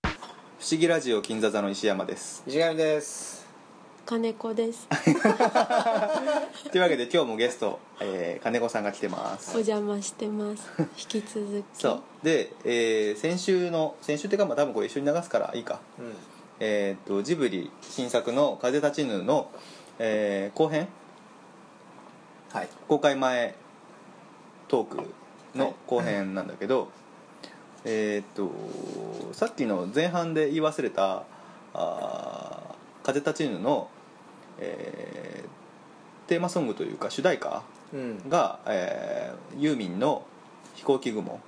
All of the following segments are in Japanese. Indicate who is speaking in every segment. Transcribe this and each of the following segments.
Speaker 1: 不思議ラジオ金座座の石山です
Speaker 2: 石上です
Speaker 3: 金 子です。
Speaker 1: というわけで今日もゲスト、えー金子さんが来てます
Speaker 3: お邪魔してます。引き続き。
Speaker 1: そうで、えー先週の先週っていうかまあ多分これ一緒に流すからいいか
Speaker 2: うん
Speaker 1: えー、とジブリ新作の「風立ちぬの」えー後編
Speaker 2: はい
Speaker 1: 公開前トーク
Speaker 2: は
Speaker 1: の
Speaker 2: い
Speaker 1: 後編なんだけど、えー、とさっきの前半で言い忘れた「あー風立ちぬの」えーテーマソングというか主題歌
Speaker 2: うん
Speaker 1: が、えーユーミンの「飛行機雲」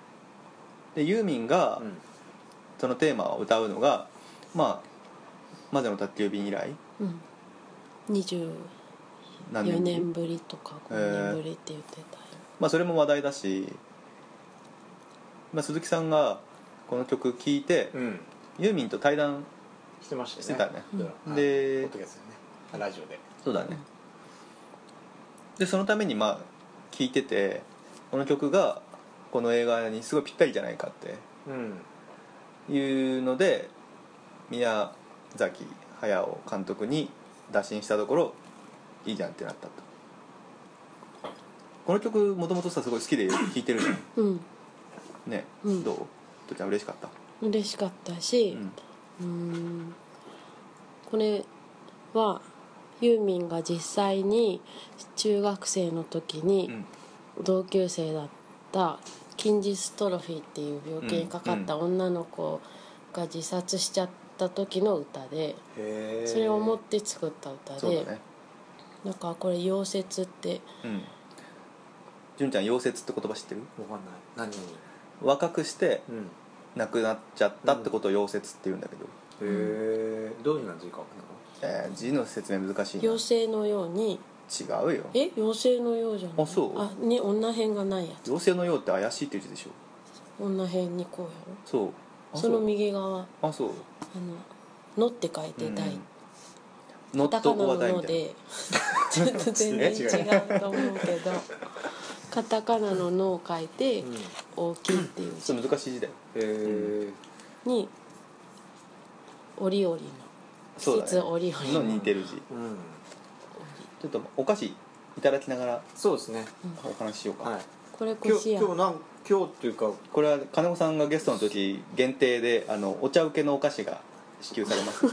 Speaker 1: でユーミンが
Speaker 2: うん
Speaker 1: そのテーマを歌うのが、まあ「魔女の宅急便」以来
Speaker 3: うん。二十
Speaker 1: 何
Speaker 3: 四
Speaker 1: 年ぶり
Speaker 3: 年ぶりとか
Speaker 1: え
Speaker 3: 五
Speaker 1: ー
Speaker 3: 年ぶりって言ってたよ。
Speaker 1: まあ、それも話題だし、まあ、鈴木さんがこの曲聴いて、
Speaker 2: うん
Speaker 1: ユーミンと対談
Speaker 2: してましたね
Speaker 1: してたね
Speaker 2: ドラマ
Speaker 1: で
Speaker 2: はいポッドキャストでねあラジオで
Speaker 1: そうだねでそのためにまあ聴いててこの曲がこの映画にすごいぴったりじゃないかっ
Speaker 2: うん
Speaker 1: ていうので宮崎駿監督に打診したところいいじゃんってなったとこの曲もともとさすごい好きで聴いてるじゃん
Speaker 3: うん。
Speaker 1: ね、
Speaker 3: うん
Speaker 1: どうとっちゃん嬉しかった、
Speaker 3: 嬉しかった
Speaker 1: う
Speaker 3: し、
Speaker 1: ん
Speaker 3: うーん。これはユーミンが実際に中学生の時
Speaker 1: う
Speaker 3: に
Speaker 1: ん
Speaker 3: 同級生だった筋ジストロフィーっていう病気にかかった女の子が自殺しちゃった時の歌で、
Speaker 2: へえ
Speaker 3: それを思って作った歌
Speaker 1: そう
Speaker 3: で。
Speaker 1: だね
Speaker 3: なんかこれ溶接って
Speaker 1: うん純ちゃん溶接って言葉知ってる
Speaker 2: わかんない何に
Speaker 1: 若くして
Speaker 2: うん
Speaker 1: 亡くなっちゃったってことを溶接って言うんだけど、
Speaker 2: へえどういうの字かわかんない
Speaker 1: えー字の説明難しいな
Speaker 3: 妖精のように
Speaker 1: 違うよ
Speaker 3: え妖精のようじゃない
Speaker 1: あそう
Speaker 3: あに女編がないやつ
Speaker 1: 妖精のようって怪しいっていう字でしょ
Speaker 3: 女編にこうや
Speaker 1: そうあ
Speaker 3: ろそうの右側
Speaker 1: あそう
Speaker 3: あの「の」って書いて「大」
Speaker 1: うんのっ
Speaker 3: カ
Speaker 1: と
Speaker 3: タカナ
Speaker 1: おは
Speaker 3: の
Speaker 1: だい
Speaker 3: の
Speaker 1: みたい
Speaker 3: でちょっと全然違うと思うけどカタカナの「の」を書いて
Speaker 2: うん
Speaker 3: 「大きい」っていう
Speaker 1: なちょっと難しい字だよ
Speaker 2: へえ
Speaker 3: に折々の
Speaker 1: そう
Speaker 3: 季
Speaker 1: だ
Speaker 3: 節
Speaker 1: ね
Speaker 3: 折々
Speaker 1: の
Speaker 3: の
Speaker 1: 似てる字ち
Speaker 2: うん
Speaker 1: ょっとお菓子いただきながら
Speaker 2: そうですね
Speaker 1: お話ししようか、
Speaker 2: はい
Speaker 3: これ
Speaker 2: 今
Speaker 3: こ
Speaker 2: 日
Speaker 3: しや
Speaker 2: 今日なん今日っていうか
Speaker 1: これは金子さんがゲストの時限定であのお茶受けのお菓子が支給されます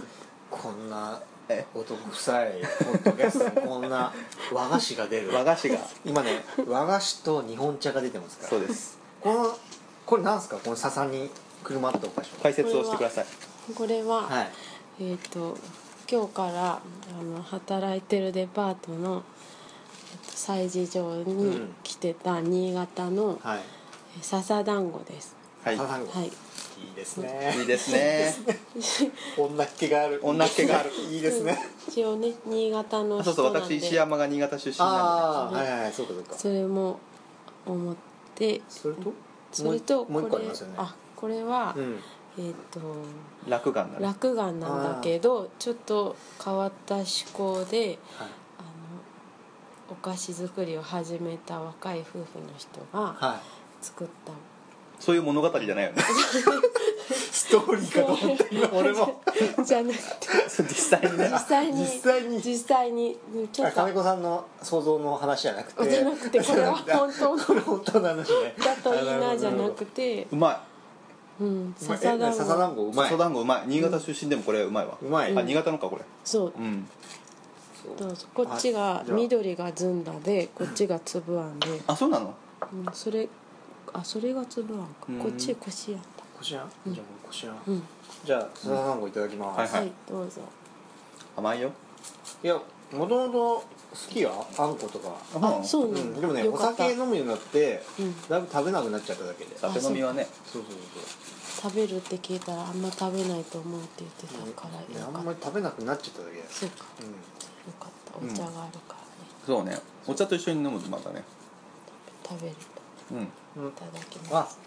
Speaker 2: こんな
Speaker 1: え
Speaker 2: 男臭いポッドキャストにこんな 和菓子が出る
Speaker 1: 和菓子が
Speaker 2: 今ね和菓子と日本茶が出てますから
Speaker 1: そうです
Speaker 2: このこれなんですかこの笹にくるまったお菓子は
Speaker 1: 解説をしてください
Speaker 3: これは、
Speaker 2: はい
Speaker 3: えー、と今日からあの働いてるデパートのえっと催事場に
Speaker 2: うん
Speaker 3: 来てた新潟の
Speaker 2: はい、
Speaker 3: え笹団子です、
Speaker 1: はい、
Speaker 2: 笹団子
Speaker 3: はい
Speaker 2: いいですね
Speaker 1: いいですね
Speaker 2: 女っ気がある
Speaker 1: 女っ気があ る
Speaker 2: いいですね
Speaker 3: 一応ね新潟の
Speaker 1: あそうそ
Speaker 3: 人
Speaker 1: う
Speaker 3: なん
Speaker 1: 私
Speaker 3: で
Speaker 1: 石山が新潟出身な
Speaker 2: ああはいはいはいそうかそうか
Speaker 3: それも思って
Speaker 2: それと
Speaker 3: それと
Speaker 2: もう
Speaker 3: これ
Speaker 2: 一個ありますよね
Speaker 3: あこれは、
Speaker 2: うん
Speaker 3: えっ、と
Speaker 1: んで落眼だね
Speaker 3: 落眼なんだけどちょっと変わった思考で
Speaker 2: は
Speaker 3: あのお菓子作りを始めた若い夫婦の人
Speaker 2: い、
Speaker 3: が
Speaker 2: はい、
Speaker 3: 作った
Speaker 1: そういう物語じゃないよね
Speaker 2: ストーリーかと思った今 俺も
Speaker 3: じゃなくて
Speaker 1: そう実際にね
Speaker 3: 実際に
Speaker 2: 実際に
Speaker 3: 実際にちょ
Speaker 2: あ
Speaker 3: っと
Speaker 2: 金子さんの想像の話じゃなくて
Speaker 3: じゃなくてこ れは本当の
Speaker 2: これ本当の話ね
Speaker 3: だといいなじゃな
Speaker 2: て
Speaker 3: くて
Speaker 1: うま
Speaker 3: うん
Speaker 2: 笹
Speaker 3: 笹団
Speaker 2: 団
Speaker 3: 子
Speaker 2: 子う
Speaker 1: い
Speaker 2: まい
Speaker 1: 笹団子うまい新潟出身でもこれうまいわ
Speaker 2: うまい
Speaker 1: あ新潟のかこれ
Speaker 3: そう
Speaker 1: うん
Speaker 3: どうぞこっちが緑がずんだでこっちがつぶあんで、
Speaker 1: あそうなの
Speaker 3: うん、それあそれがつぶあんか
Speaker 1: うん
Speaker 3: こっちこしあんだ
Speaker 2: こしあんじゃあこしあん
Speaker 3: うん
Speaker 2: じゃあ笹団子いただきます、
Speaker 1: はい
Speaker 3: はいどうぞ
Speaker 1: 甘いよ
Speaker 2: いやもともと好きよあんことか、
Speaker 1: あ
Speaker 3: あ
Speaker 1: そう
Speaker 3: そう
Speaker 2: う、
Speaker 3: なんん
Speaker 2: で
Speaker 3: だ、
Speaker 2: もね
Speaker 3: よ
Speaker 2: お
Speaker 3: かった
Speaker 2: 酒飲むようになって、
Speaker 3: うん
Speaker 2: だいぶ食べなくなっちゃっただけでそう
Speaker 1: 酒飲みはね
Speaker 2: そうそう
Speaker 3: 食べるって聞いたらあんま食べないと思うって言ってた
Speaker 2: そう
Speaker 3: から
Speaker 2: ね
Speaker 3: よ
Speaker 2: あ
Speaker 3: か
Speaker 2: ん
Speaker 3: った
Speaker 2: まり食べなくなっちゃっただけで
Speaker 3: そうか
Speaker 2: うん
Speaker 3: よかったお茶があるからね、
Speaker 1: そうねお茶と一緒に飲むとまたね
Speaker 3: 食べる
Speaker 1: うん
Speaker 3: といただきます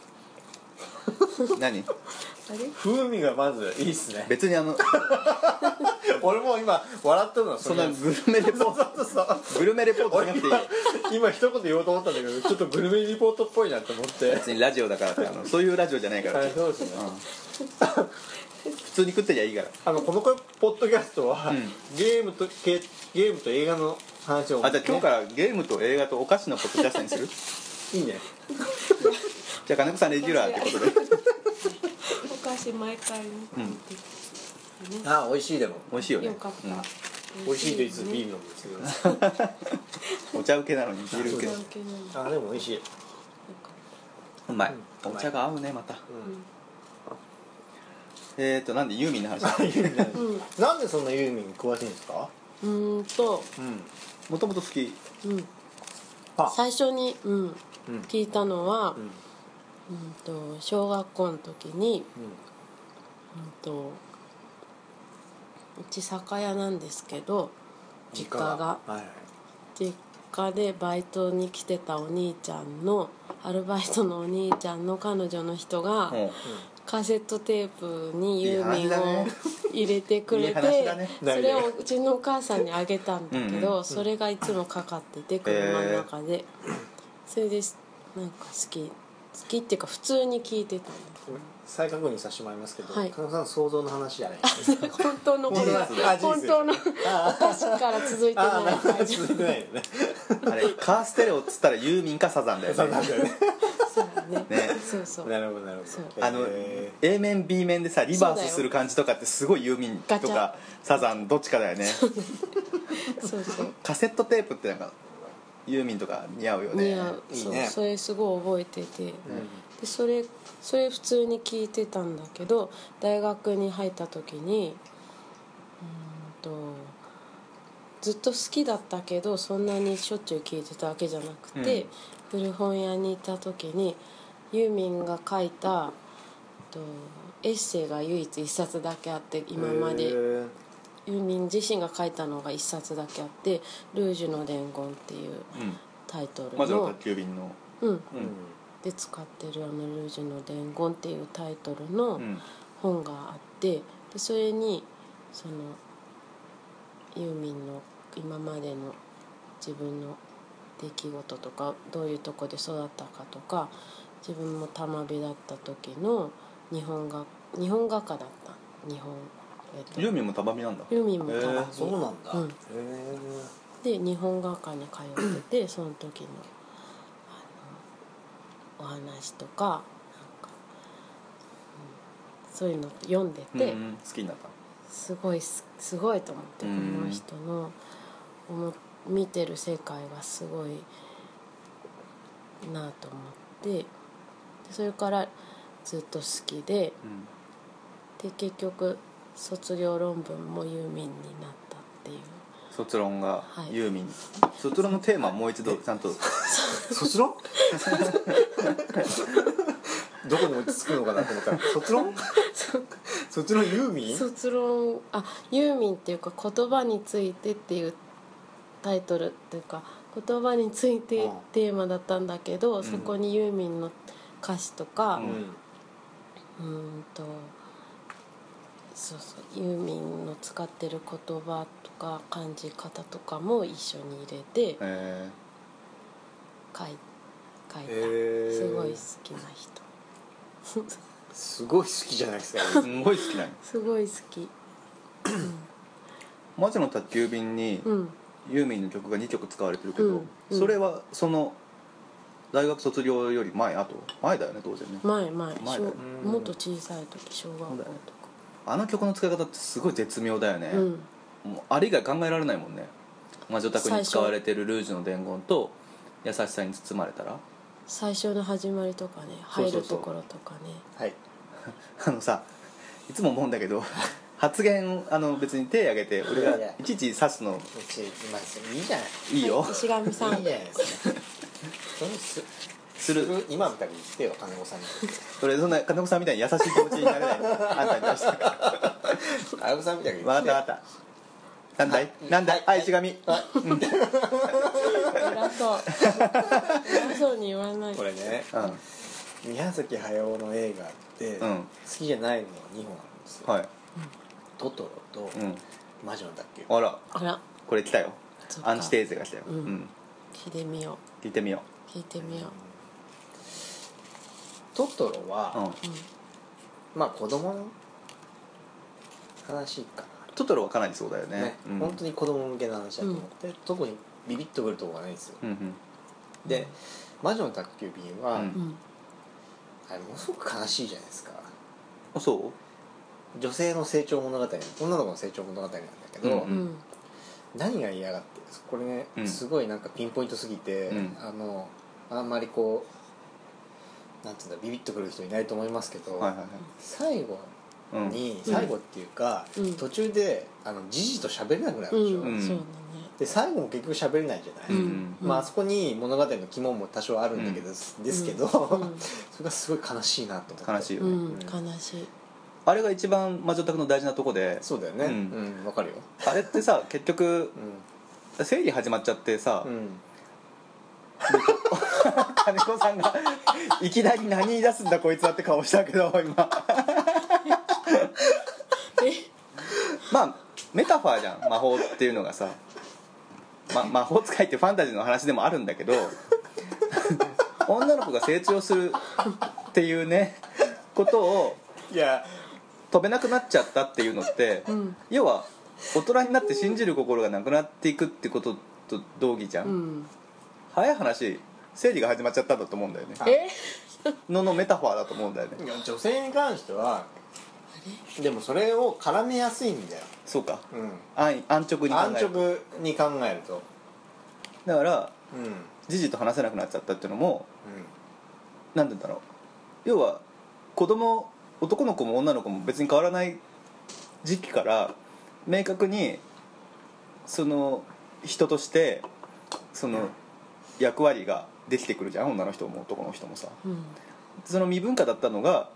Speaker 2: あ
Speaker 1: 何
Speaker 3: あれ
Speaker 2: 風味がまずいいっすね
Speaker 1: 別にあの
Speaker 2: 俺もう今笑ってるのは
Speaker 1: そん
Speaker 2: れ
Speaker 1: な
Speaker 2: です
Speaker 1: グルメレポ
Speaker 2: そうそうそう
Speaker 1: グルメレポートし
Speaker 2: 俺
Speaker 1: なくていい
Speaker 2: 今今一言言おうと思ったんだけどちょっとグルメリポートっぽいなと思って
Speaker 1: 別にラジオだからってあのそういうラジオじゃないから、
Speaker 2: は
Speaker 1: う
Speaker 2: い
Speaker 1: ん、
Speaker 2: そうですね
Speaker 1: 普通に食ってりゃいいから
Speaker 2: あのこのポッドキャストは、
Speaker 1: ん
Speaker 2: ゲームとけゲームと映画の話を
Speaker 1: あじゃあ今日からゲームと映画とお菓子のポ ッドキャストにする
Speaker 2: いいね
Speaker 1: じゃあ金子さんレギュラーってことで
Speaker 3: お菓子毎回ね、ね
Speaker 2: あ美味しいでも
Speaker 1: 美味しいよね
Speaker 3: よかった、
Speaker 2: 美味しいといつもビール
Speaker 3: ル
Speaker 2: 飲むんですけど
Speaker 1: うん、お茶受けなのにビール受け
Speaker 2: あでも美味しい、
Speaker 1: うまい、
Speaker 2: うん
Speaker 1: お茶が合うねまた
Speaker 2: うん
Speaker 1: えー、となんでユーミンの話
Speaker 3: うん
Speaker 2: なんでそんなユーミンに詳しいんですか
Speaker 3: うーんと、
Speaker 2: うん
Speaker 1: もともと好き
Speaker 3: うん、
Speaker 2: あ
Speaker 3: 最初に、うん、
Speaker 2: うん
Speaker 3: 聞いたのは
Speaker 2: う、ん
Speaker 3: うん、と小学校の時に、うん、とうち酒屋なんですけど実家が
Speaker 2: はいはい
Speaker 3: 実家でバイトに来てたお兄ちゃんのアルバイトのお兄ちゃんの彼女の人が、
Speaker 1: うん
Speaker 3: カセットテープにユーミ
Speaker 1: いい話
Speaker 3: ン
Speaker 1: だ
Speaker 3: を
Speaker 1: ね
Speaker 3: 入れてくれ
Speaker 1: いい
Speaker 3: て、
Speaker 1: 話だね
Speaker 3: それをうちのお母さんにあげたんだけど
Speaker 1: うんうん
Speaker 3: それがいつもかかってて車の中で、それでなんか好き好きっていうか普通に聞いてた んだ
Speaker 2: 再確認させてもらいますけど、
Speaker 3: は
Speaker 2: 金
Speaker 3: い
Speaker 2: 子さん想像の話じゃない
Speaker 3: それ本当のこ
Speaker 2: 本
Speaker 3: れ
Speaker 2: 当だあ事実
Speaker 3: 本当の私から続いて
Speaker 2: あ
Speaker 3: な
Speaker 2: ーな
Speaker 3: い
Speaker 2: ん
Speaker 3: 感
Speaker 2: か
Speaker 3: じ
Speaker 2: 続いてないよね
Speaker 1: あれカーステレオっつったらユーミンかサザンだよ
Speaker 2: そう
Speaker 1: ね
Speaker 2: なんだよね
Speaker 3: そうだね
Speaker 1: ね
Speaker 3: そうそう
Speaker 2: なるほどなる
Speaker 3: そう
Speaker 2: ほど
Speaker 1: あの
Speaker 2: え
Speaker 1: A 面 B 面でさリバースする感じとかってすごいユーミンと
Speaker 3: ガチャ
Speaker 1: かサザンどっちかだよね
Speaker 3: そうそう
Speaker 1: カセットテープってなんかユーミンとか似合うよね
Speaker 3: 似合う
Speaker 2: いい
Speaker 3: そう
Speaker 2: ね
Speaker 3: それすごい覚えてて、でそれそれ普通に聞いてたんだけど大学に入った時にうーんとずっと好きだったけどそんなにしょっちゅう聞いてたわけじゃなくて、古本屋にいた時にユーミンが書いたとエッセイが唯一一冊だけあって今ま
Speaker 2: へ
Speaker 3: で
Speaker 2: ー
Speaker 3: ユーミン自身が書いたのが一冊だけあって「ルージュの伝言」ってい
Speaker 1: う
Speaker 3: う
Speaker 1: ん
Speaker 3: タイトル
Speaker 1: 魔女の
Speaker 3: の、
Speaker 1: 宅急便の
Speaker 3: うん、
Speaker 1: う
Speaker 2: うん
Speaker 1: ん
Speaker 3: で使ってる「あのルージュの伝言」っていうタイトルの
Speaker 1: うん
Speaker 3: 本があってでそれにそのユーミンの今までの自分の出来事とかどういうとこで育ったかとか自分も玉火だった時の日本画日本画家だった日本、えっと、
Speaker 1: ユーミンもたばみなんだ
Speaker 3: ユーミンも
Speaker 2: へ
Speaker 3: 玉
Speaker 2: ー
Speaker 3: 火
Speaker 2: そうなんだ、
Speaker 3: う
Speaker 2: へ
Speaker 3: ん
Speaker 2: ー
Speaker 3: で日本画家に通っててその時のあのお話とかなんか、うんそういうの読んで
Speaker 1: うん
Speaker 3: て、
Speaker 1: うん好きになった
Speaker 3: すごいすすごいと思ってこ
Speaker 1: うん
Speaker 3: の人の思見てる世界がすごいなと思ってでそれからずっと好きで
Speaker 1: うん
Speaker 3: で結局卒業論文もユーミンになったっていう。
Speaker 1: 卒論が
Speaker 3: はい
Speaker 1: ユーミン卒論のテーマもう一度ちゃん と
Speaker 2: 卒論どこに落ち着くのかなと思ったら卒論卒論ユーミン
Speaker 3: 卒論あユーミンっていうか「言葉について」っていうタイトルっていうか言葉について
Speaker 2: うん
Speaker 3: テーマだったんだけど、そこにユーミンの歌詞とか
Speaker 2: う、ん
Speaker 3: うーん、とそうそうユーミンの使ってる言葉とか感じ方とかも一緒に入れて
Speaker 1: え
Speaker 3: 書い書いた、
Speaker 2: へー
Speaker 3: すごい好きな人
Speaker 2: すごい好きじゃないですか
Speaker 1: ーすんごい好きなの
Speaker 3: すごい好き
Speaker 1: 魔女の宅急便に
Speaker 3: うん
Speaker 1: ユーミンの曲が2曲使われてるけど、
Speaker 3: うんうん
Speaker 1: それはその大学卒業より前あと前だよね当然ね、
Speaker 3: 前前
Speaker 1: 前だよ
Speaker 3: 小
Speaker 1: ね
Speaker 3: もっと小さい時小学校とか
Speaker 1: あの曲の使い方ってすごい絶妙だよね、
Speaker 3: うん
Speaker 1: もうあれ以外考えられないもんね魔女宅に使われてる「ルージュの伝言」と「優しさに包まれたら
Speaker 3: 最初の始まりとかね
Speaker 1: そう
Speaker 3: 入
Speaker 1: そう
Speaker 3: る
Speaker 1: そう
Speaker 3: ところとかね
Speaker 2: はい」
Speaker 1: あのさいつも思うんだけど 発言あの別に手挙げて俺がいちいち指すの
Speaker 2: うちまあいいじゃない
Speaker 1: いいよ、
Speaker 3: は石上さ
Speaker 2: いい
Speaker 3: ん
Speaker 2: じゃないですかそのす
Speaker 1: する
Speaker 2: 今みたいに言ってよ金子 さんに
Speaker 1: それそんな金子さんみたいに優しい気持ちになれないあんたに対して分 か
Speaker 2: 金子さんみたいに
Speaker 1: った
Speaker 2: 言っ
Speaker 1: 分
Speaker 2: て
Speaker 1: かったなんだいなんだいあいしがみ
Speaker 3: 偉そう偉そうに言わない
Speaker 2: これね
Speaker 1: うん
Speaker 2: 宮崎駿の映画って
Speaker 1: う
Speaker 2: 好
Speaker 1: ん
Speaker 2: きじゃないのが2本あるんですよ、
Speaker 1: はい
Speaker 2: トトロと
Speaker 1: うん
Speaker 2: 魔女のだっけ
Speaker 1: あら
Speaker 3: あら
Speaker 1: これ来たよ
Speaker 3: そっか
Speaker 1: アンチテーゼが来たよう
Speaker 3: うん
Speaker 1: ん
Speaker 3: 聞いてみよ
Speaker 1: 聞いてみよ
Speaker 3: う聞いてみよ
Speaker 2: トトロは、
Speaker 1: ううん
Speaker 3: う、うん、
Speaker 2: まあ子供の話か
Speaker 1: トトロはかなりそうだよ
Speaker 2: な、
Speaker 1: ね
Speaker 2: ね
Speaker 1: うん
Speaker 2: 本当に子供向けの話だと思って、特にビビッとくるとこがないんですよ、
Speaker 1: うんうん
Speaker 2: で魔女の宅急便は、
Speaker 1: うん
Speaker 3: うん
Speaker 2: あれものすごく悲しいじゃないですか
Speaker 1: あそ
Speaker 2: 女性の成長物語女の子の成長物語なんだけど、
Speaker 1: う
Speaker 3: うんん
Speaker 2: 何が嫌がってこれね、
Speaker 1: うん
Speaker 2: すごいなんかピンポイントすぎて、
Speaker 1: うん
Speaker 2: あのあんまりこうなんていうんだビビッとくる人いないと思いますけど、
Speaker 1: うはいはい
Speaker 2: 最後
Speaker 1: はいうん
Speaker 2: に、最後っていうか、
Speaker 3: うん
Speaker 2: 途中であのじじと喋れなくなるでしょ、
Speaker 3: うんんそうだね
Speaker 2: で最後も結局喋れないじゃない、
Speaker 1: うん
Speaker 2: まああそこに物語の肝も多少あるんだけど、ですけど、
Speaker 3: う ん
Speaker 2: それがすごい悲しいなと思って
Speaker 1: 悲しいよ
Speaker 3: う
Speaker 1: ね
Speaker 3: ん悲しい
Speaker 1: あれが一番魔女宅の大事なとこで
Speaker 2: そうだよね
Speaker 1: う
Speaker 2: うんんわ、かるよ
Speaker 1: あれって さ結局
Speaker 2: う
Speaker 1: 生理始まっちゃってさ
Speaker 2: ん、うん、
Speaker 1: 金子さん が「いきなり何言い出すんだこいつは」って顔したけど今まあメタファーじゃん魔法っていうのがさ、ま、魔法使いってファンタジーの話でもあるんだけど 女の子が成長するっていうねことを
Speaker 2: いや
Speaker 1: 飛べなくなっちゃったっていうのって、
Speaker 3: ん
Speaker 1: 要は大人になって信じる心がなくなっていくってことと同義じゃん、
Speaker 3: うん
Speaker 1: 早い話生理が始まっちゃったんだと思うんだよね
Speaker 2: あ
Speaker 3: え
Speaker 1: ののメタファーだと思うんだよね
Speaker 2: いや女性に関してはでもそれを絡めやすいんだよ、
Speaker 1: そうか
Speaker 2: う
Speaker 1: 安安直に
Speaker 2: ん、
Speaker 1: 考
Speaker 2: 安
Speaker 1: える
Speaker 2: 直に考えると
Speaker 1: だから
Speaker 2: うんうん
Speaker 1: じじと話せなくなっちゃったっていうのも何て言うんだろう要は子供男の子も女の子も別に変わらない時期から明確にその人としてその役割ができてくるじゃん女の人も男の人もさ
Speaker 3: うん
Speaker 1: その未文化だったのが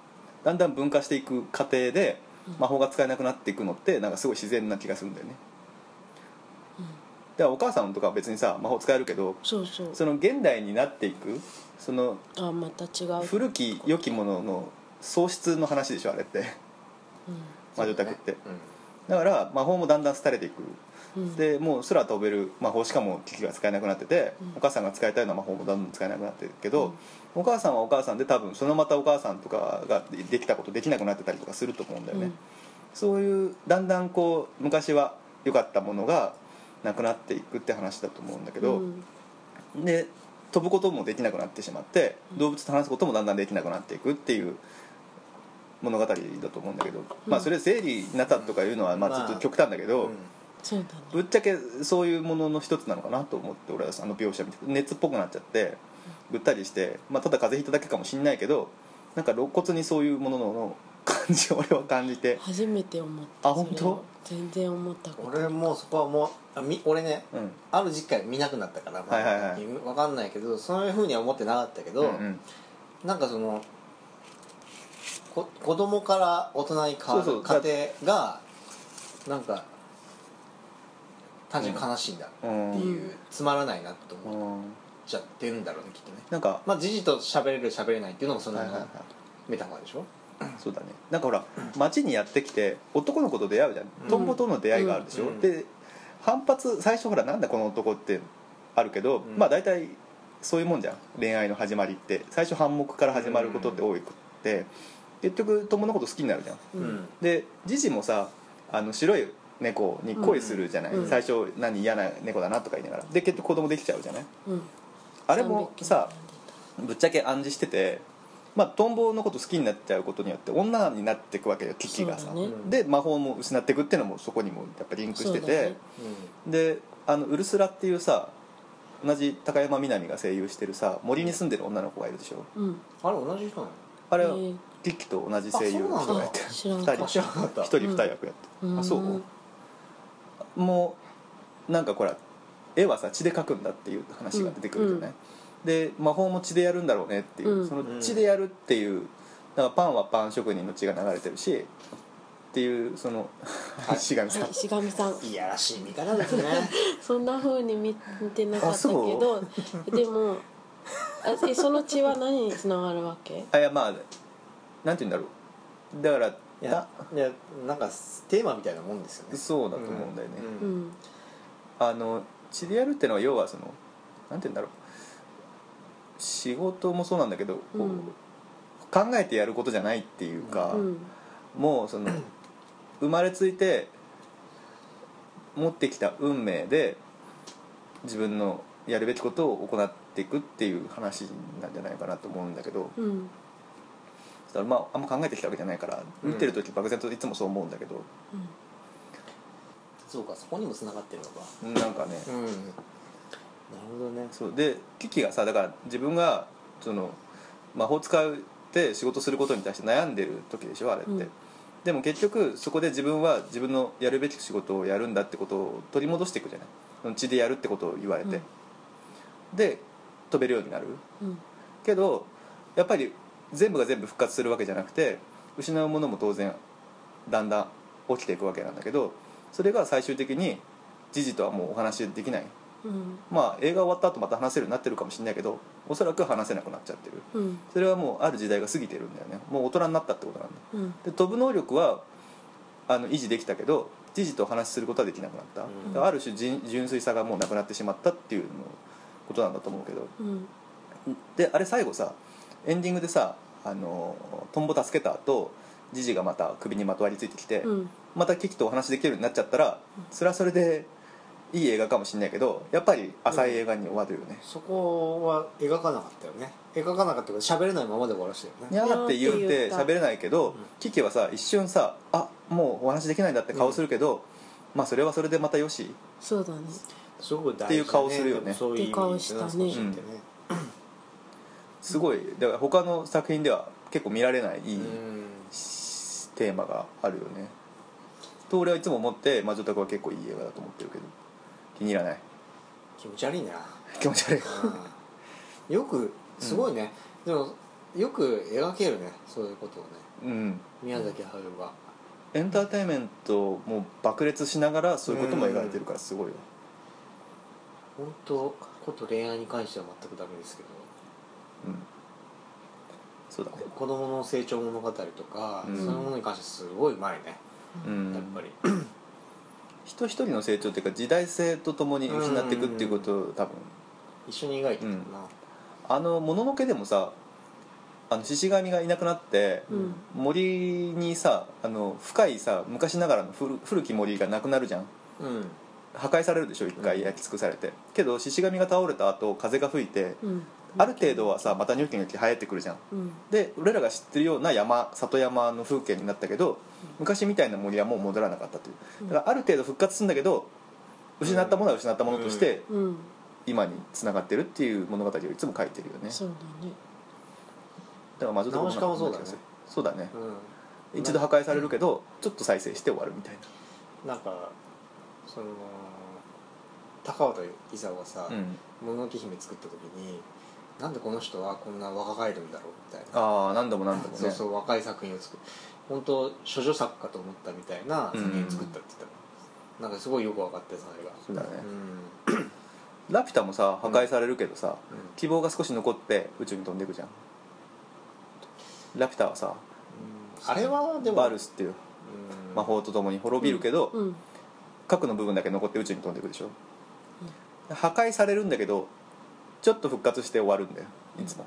Speaker 1: だんだん文化していく過程で魔法が使えなくなっていくのってなんかすごい自然な気がするんだよねだからお母さんとかは別にさ魔法使えるけど
Speaker 3: そうそう
Speaker 1: その現代になっていくその
Speaker 3: あまた違う
Speaker 1: 古き良きものの喪失の話でしょあれって
Speaker 3: う
Speaker 1: 魔女宅って、
Speaker 2: そうだね
Speaker 1: だから魔法もだんだん廃れていく、
Speaker 3: んうん
Speaker 1: でもう空飛べる魔法しかも機器が使えなくなってて、
Speaker 3: うん
Speaker 1: お母さんが使いたいような魔法もだんだん使えなくなってるけど、お母さんはお母さんで多分そのまたお母さんとかができたことできなくなってたりとかすると思うんだよね、
Speaker 3: うん
Speaker 1: そういうだんだんこう昔は良かったものがなくなっていくって話だと思うんだけど、
Speaker 3: うん
Speaker 1: で飛ぶこともできなくなってしまって動物と話すこともだんだんできなくなっていくっていう物語だと思うんだけど、まあそれ生理になったとかいうのはまあちょっと極端だけ
Speaker 2: う
Speaker 1: ど、
Speaker 2: んうん
Speaker 3: そうだね
Speaker 1: ぶっちゃけそういうものの一つなのかなと思って俺はあの描写見て熱っぽくなっちゃってぐったりして、まあ、ただ風邪ひいただけかもしんないけどなんか露骨にそういうものの感じを俺は感じて、
Speaker 3: 初めて思った
Speaker 1: あ本当
Speaker 3: それを全然思ったこと
Speaker 2: 俺もうそこはもうあみ俺ね
Speaker 1: うん、
Speaker 2: ある時期から見なくなったから、ま
Speaker 1: は
Speaker 2: あ
Speaker 1: いはいはい
Speaker 2: わかんないけどそういうふうには思ってなかったけど、
Speaker 1: んん
Speaker 2: なんかそのこ子供から大人に変わ
Speaker 1: そうそ
Speaker 2: る
Speaker 1: う
Speaker 2: 過程がなんか単純に悲しいんだっ
Speaker 1: うん
Speaker 2: ていう、つまらないなと
Speaker 1: う
Speaker 2: 思っ
Speaker 1: ん
Speaker 2: ちゃってるんだろうねきっとね
Speaker 1: なんか、
Speaker 2: まあ時事と喋れる喋れないっていうのもその
Speaker 1: はいはいはい
Speaker 2: メタファーでしょ、
Speaker 1: そうだねなんかほら街にやってきて男の子と出会うじゃん
Speaker 2: うん
Speaker 1: トンボとの出会いがあるでしょ、
Speaker 2: うん
Speaker 1: で反発最初ほらなんだこの男ってあるけど、
Speaker 2: うん
Speaker 1: まあ大体そういうもんじゃん恋愛の始まりって最初反目から始まることって多くって、結局友のこと好きになるじゃん
Speaker 3: うん
Speaker 1: でジジもさあの白い猫に恋するじゃない、
Speaker 3: うん
Speaker 1: 最初何嫌な猫だなとか言いながらで結局子供できちゃうじゃない
Speaker 3: うん
Speaker 1: あれもさぶっちゃけ暗示してて、まあ、トンボのこと好きになっちゃうことによって女になっていくわけよキキがさ、
Speaker 3: そうだね
Speaker 1: で魔法も失っていくっていうのもそこにもやっぱリンクして
Speaker 3: そうだ
Speaker 1: て、
Speaker 3: ね
Speaker 1: であのウルスラっていうさ同じ高山みなみが声優してるさ森に住んでる女の子がいるでしょ
Speaker 3: うん
Speaker 2: あれ同じ人なの
Speaker 1: あれは
Speaker 3: えー
Speaker 1: キキと同じ声優の人がやって
Speaker 3: あそうなんだ
Speaker 1: 二人
Speaker 2: あ知らなかった
Speaker 1: 一人二役やって、
Speaker 3: うん
Speaker 1: あそうもうなんかこら絵はさ血で描くんだっていう話が出てくるよね、で魔法も血でやるんだろうねっていう、
Speaker 3: うん
Speaker 1: その血でやるっていうだからパンはパン職人の血が流れてるしっていうその石神さん
Speaker 3: はい石神さん
Speaker 2: いやらしい見 方ですね
Speaker 3: そんな風に見見てなかったけ
Speaker 1: あそ
Speaker 3: どでもあえその血は何につながるわけ
Speaker 1: あいやまあなんて言うんだろうだから
Speaker 2: いや
Speaker 1: た
Speaker 2: いやなんかテーマみたいなもんですよね
Speaker 1: そうだと思うんだよね、
Speaker 3: う
Speaker 2: うん
Speaker 3: ん
Speaker 1: あのシリアルってのは要はそのなんて言うんだろう仕事もそうなんだけど、こう
Speaker 3: うん
Speaker 1: 考えてやることじゃないっていうか、
Speaker 3: うん
Speaker 1: もうそ の生まれついて持ってきた運命で自分のやるべきことを行っていくっていう話なんじゃないかなと思うんだけど
Speaker 3: うん
Speaker 1: だからまああんま考えてきたわけじゃないから
Speaker 2: うん
Speaker 1: 見てる時漠然といつもそう思うんだけど、
Speaker 2: そうかそこにも繋がってるのか
Speaker 1: なんかね、
Speaker 2: うんなるほどね
Speaker 1: そうでキキがさだから自分がその魔法使って仕事することに対して悩んでる時でしょあれって、
Speaker 3: うん
Speaker 1: でも結局そこで自分は自分のやるべき仕事をやるんだってことを取り戻していくじゃないその血でやるってことを言われて、で飛べるようになる
Speaker 3: うん
Speaker 1: けどやっぱり全部が全部復活するわけじゃなくて失うものも当然だんだん起きていくわけなんだけどそれが最終的にジジとはもうお話しできない
Speaker 3: うん
Speaker 1: まあ映画終わった後また話せるようになってるかもしれないけどおそらく話せなくなっちゃってる
Speaker 3: うん
Speaker 1: それはもうある時代が過ぎてるんだよねもう大人になったってことなんだ
Speaker 3: うん
Speaker 1: で飛ぶ能力はあの維持できたけど時事とお話しすることはできなくなった、
Speaker 2: うん
Speaker 1: だからある種純純粋さがもうなくなってしまったっていうのことなんだと思うけど
Speaker 3: うん
Speaker 1: であれ最後さエンディングでさあのトンボ助けた後ジジがまた首にまとわりついてきて、
Speaker 3: うん
Speaker 1: またキキとお話できるようになっちゃったらそれはそれでいい映画かもしれないけどやっぱり浅い映画に終わるよね、
Speaker 2: そこは描かなかったよね描かなかったけど喋れないままで終わらせたよ
Speaker 1: に
Speaker 2: ね
Speaker 1: ゃーって言うて
Speaker 3: にゃーって言った
Speaker 1: 喋れないけど、キキはさ一瞬さあもうお話できないんだって顔するけど、まあそれはそれでまたよし
Speaker 3: そうだね
Speaker 2: すごく大事だね
Speaker 1: っていう顔するよね
Speaker 2: そういう意味で
Speaker 3: っていう顔したね
Speaker 2: 少しってね
Speaker 1: すごいだから他の作品では結構見られないいい
Speaker 2: うん
Speaker 1: しテーマがあるよねと俺はいつも思って「魔女宅」は結構いい映画だと思ってるけど気に入らない
Speaker 2: 気持ち悪いな
Speaker 1: 気持ち悪い
Speaker 2: うんよくすごいね、でもよく描けるねそういうことをね
Speaker 1: うん
Speaker 2: 宮崎駿が、
Speaker 1: エンターテインメントも爆裂しながらそういうことも描いてるからすごいよ、
Speaker 2: 本当こと恋愛に関しては全くダメですけど
Speaker 1: うん、そうだね
Speaker 2: 子供の成長物語とか、
Speaker 1: うん
Speaker 2: そういうものに関してすごいうまいね
Speaker 1: うん
Speaker 2: やっぱり、
Speaker 1: 人一人の成長っていうか時代性とともに失っていくっていうことを多分
Speaker 2: 一緒に描いてたかな、
Speaker 1: あの「もののけ」でもさあの獅子神がいなくなって、
Speaker 3: うん
Speaker 1: 森にさあの深いさ昔ながらの古古き森がなくなるじゃん
Speaker 2: うん
Speaker 1: 破壊されるでしょ一
Speaker 2: う
Speaker 1: 回
Speaker 2: ん
Speaker 1: 焼き尽くされて、けど獅子神が倒れた後風が吹いて、
Speaker 3: うん
Speaker 1: ある程度はさまたニョキニョキ生えてくるじゃん
Speaker 3: うん
Speaker 1: で俺らが知ってるような山里山の風景になったけど昔みたいな森はもう戻らなかったというだからある程度復活するんだけど失ったものは失ったものとして
Speaker 3: うん
Speaker 1: 今に繋がってるっていう物語をいつも書いてるよね
Speaker 3: そうだね
Speaker 1: だから魔女と
Speaker 2: ナウシカもそうだね
Speaker 1: そうだね
Speaker 2: う
Speaker 1: 一度破壊されるけどちょっと再生して終わるみたい
Speaker 2: ん、なんかその高畑勲が
Speaker 1: な、
Speaker 2: さ
Speaker 1: うん
Speaker 2: 「もののけ姫」作った時になんでこの人はこんな若返るんだろうみたいな
Speaker 1: ああ何度も何度もね
Speaker 2: そうそう若い作品を作る本当処女作家と思ったみたいな作品を作ったって言ったの、なんかすごいよく分かってそれが
Speaker 1: そうだね
Speaker 2: うん
Speaker 1: ラピュタもさ破壊されるけどさ、
Speaker 2: うん
Speaker 1: 希望が少し残って宇宙に飛んでいくじゃんラピュタはさ
Speaker 2: あれはでも
Speaker 1: バルスっていう
Speaker 2: うん
Speaker 1: 魔法とともに滅びるけど、
Speaker 3: うん
Speaker 1: 核の部分だけ残って宇宙に飛んでいくでしょ、破壊されるんだけどちょっと復活して終わるんだよいつも、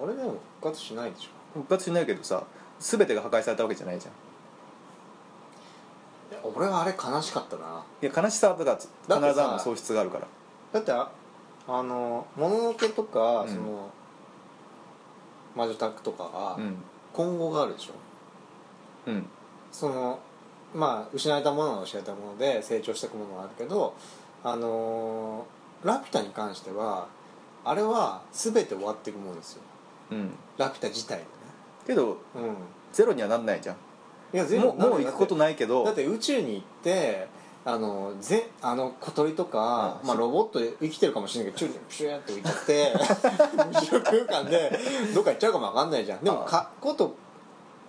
Speaker 3: う
Speaker 2: あ
Speaker 3: ん
Speaker 2: れでも復活しないでしょ
Speaker 1: 復活しないけどさ全てが破壊されたわけじゃないじゃん
Speaker 2: いや俺はあれ悲しかったない
Speaker 1: や悲しさとか必ず
Speaker 2: だって
Speaker 1: あ
Speaker 2: さ
Speaker 1: の喪失があるから
Speaker 2: だってああの「もののけ」とか、
Speaker 1: うん
Speaker 2: その魔女宅とかは
Speaker 1: うん
Speaker 2: 今後があるでしょ、
Speaker 1: うん
Speaker 2: そのまあ失われたものは失われたもので成長していくものはあるけどあのーラピュタに関してはあれは全て終わっていくものですよ
Speaker 1: うん
Speaker 2: ラピュタ自体がね
Speaker 1: けど
Speaker 2: うん
Speaker 1: ゼロにはなんないじゃん
Speaker 2: いや全
Speaker 1: もうもう行くこと
Speaker 2: ない
Speaker 1: ないけど
Speaker 2: だって宇宙に行ってあのぜあの小鳥とか、
Speaker 1: うん
Speaker 2: まあ、ロボットで生きてるかもしれないけど宙にシューって浮いちゃって宇宙空 間でどっか行っちゃうかも分かんないじゃんでも
Speaker 1: あ
Speaker 2: かこと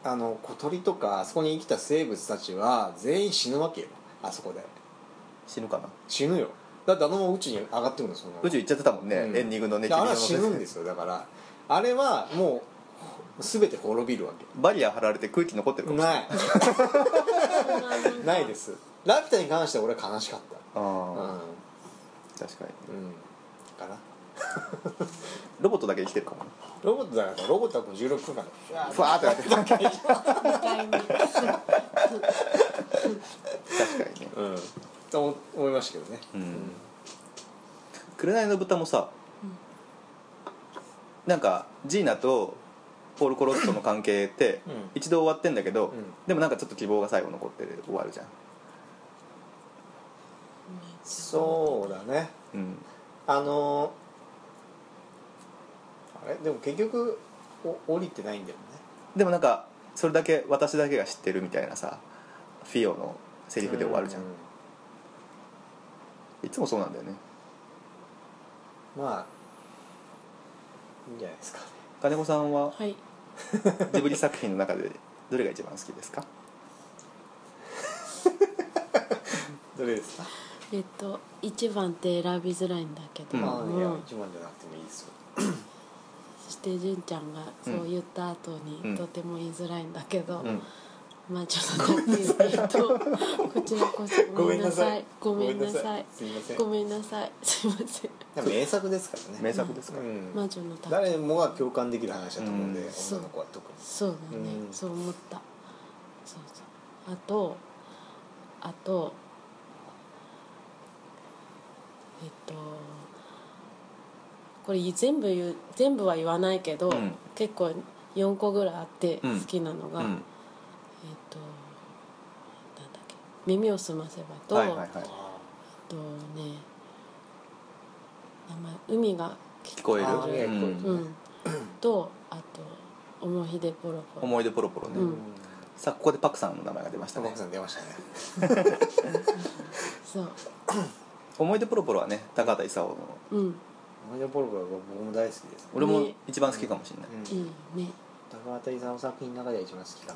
Speaker 2: あの小鳥とかあそこに生きた生物たちは全員死ぬわけよあそこで
Speaker 1: 死ぬかな
Speaker 2: 死ぬよだってあのまま宇宙に上がってくるんですよ
Speaker 1: 宇宙行っちゃってたもんね、
Speaker 2: うん
Speaker 1: エンディングのね
Speaker 2: であれは
Speaker 1: 君
Speaker 2: 死
Speaker 1: 色
Speaker 2: ぬ
Speaker 1: の
Speaker 2: ん
Speaker 1: ね
Speaker 2: ですよだからあれはもう全て滅びるわけ
Speaker 1: バリア張られて空気残ってるかもしれ
Speaker 2: ないないですすラピュタに関しては俺は悲しかったうん
Speaker 1: ああ、
Speaker 2: う
Speaker 1: 確かに
Speaker 2: んかな
Speaker 1: ロボットだけ生きてるかもね
Speaker 2: ロボットだからロボットはもう16分間でふわーっ
Speaker 1: ふわーってなってる確かにね
Speaker 2: うんと思思いましたけどね
Speaker 1: うん紅の豚もさ、なんかジーナとポール・コロッソの関係って
Speaker 2: うん
Speaker 1: 一度終わってんだけど、
Speaker 2: ん
Speaker 1: でもなんかちょっと希望が最後残って終わるじゃん、
Speaker 2: そうだね
Speaker 1: うん、
Speaker 2: あのーあれでも結局お降りてないんだよね
Speaker 1: でもなんかそれだけ私だけが知ってるみたいなさフィオのセリフで終わるじゃん、
Speaker 2: う
Speaker 1: いつもそうなんだよね
Speaker 2: まあいいんじゃないですかね
Speaker 1: 金子さんは
Speaker 3: はい
Speaker 1: ジブリ作品の中でどれが一番好きですか
Speaker 2: どれですか、
Speaker 3: えっと一番って選びづらいんだけど
Speaker 2: まあ
Speaker 3: も、
Speaker 2: いや一番じゃなくてもいいですよ
Speaker 3: そして純ちゃんがそう言った後に、
Speaker 1: うん
Speaker 3: とても言いづらいんだけど、
Speaker 1: うん
Speaker 3: まあちょっとえっとこちらこそごめんなさいごめんなさい
Speaker 2: すいません
Speaker 3: ごめんなさいすいません
Speaker 2: でも名作ですからね
Speaker 1: 名作ですか、
Speaker 2: うん
Speaker 3: 魔女の宅
Speaker 2: 誰もが共感できる話だと思うんで、
Speaker 1: うん
Speaker 2: 女の子は特に
Speaker 3: そうだね、
Speaker 2: うん
Speaker 3: そう思ったそうそうあとあとえっとこれ全部言う全部は言わないけど、
Speaker 1: うん
Speaker 3: 結構4個ぐらいあって
Speaker 1: う
Speaker 3: 好
Speaker 1: ん
Speaker 3: きなの
Speaker 1: う
Speaker 3: が、え
Speaker 1: ん、
Speaker 3: っとなんだっけ「耳をすませばと」
Speaker 1: はいはいはい
Speaker 3: えっとね名前海が
Speaker 1: 聞こえる
Speaker 2: あー
Speaker 1: う
Speaker 2: 聞こ
Speaker 1: ん
Speaker 3: うんとあと「思い出ポロポロ」
Speaker 1: 思い出ポロポロね、
Speaker 3: うん
Speaker 1: さあここでパクさんの名前が出ました
Speaker 2: 玉
Speaker 1: ね
Speaker 2: 木さん出ましたね
Speaker 3: そう
Speaker 1: 思い出ポロポロはね高畑勲の
Speaker 3: うん
Speaker 2: マジョポロポロは僕も大好きです、
Speaker 1: 俺も
Speaker 3: ね
Speaker 1: 一番好きかもしれない、
Speaker 3: いいね
Speaker 2: 高畑さんの作品の中では一番好きかな
Speaker 3: う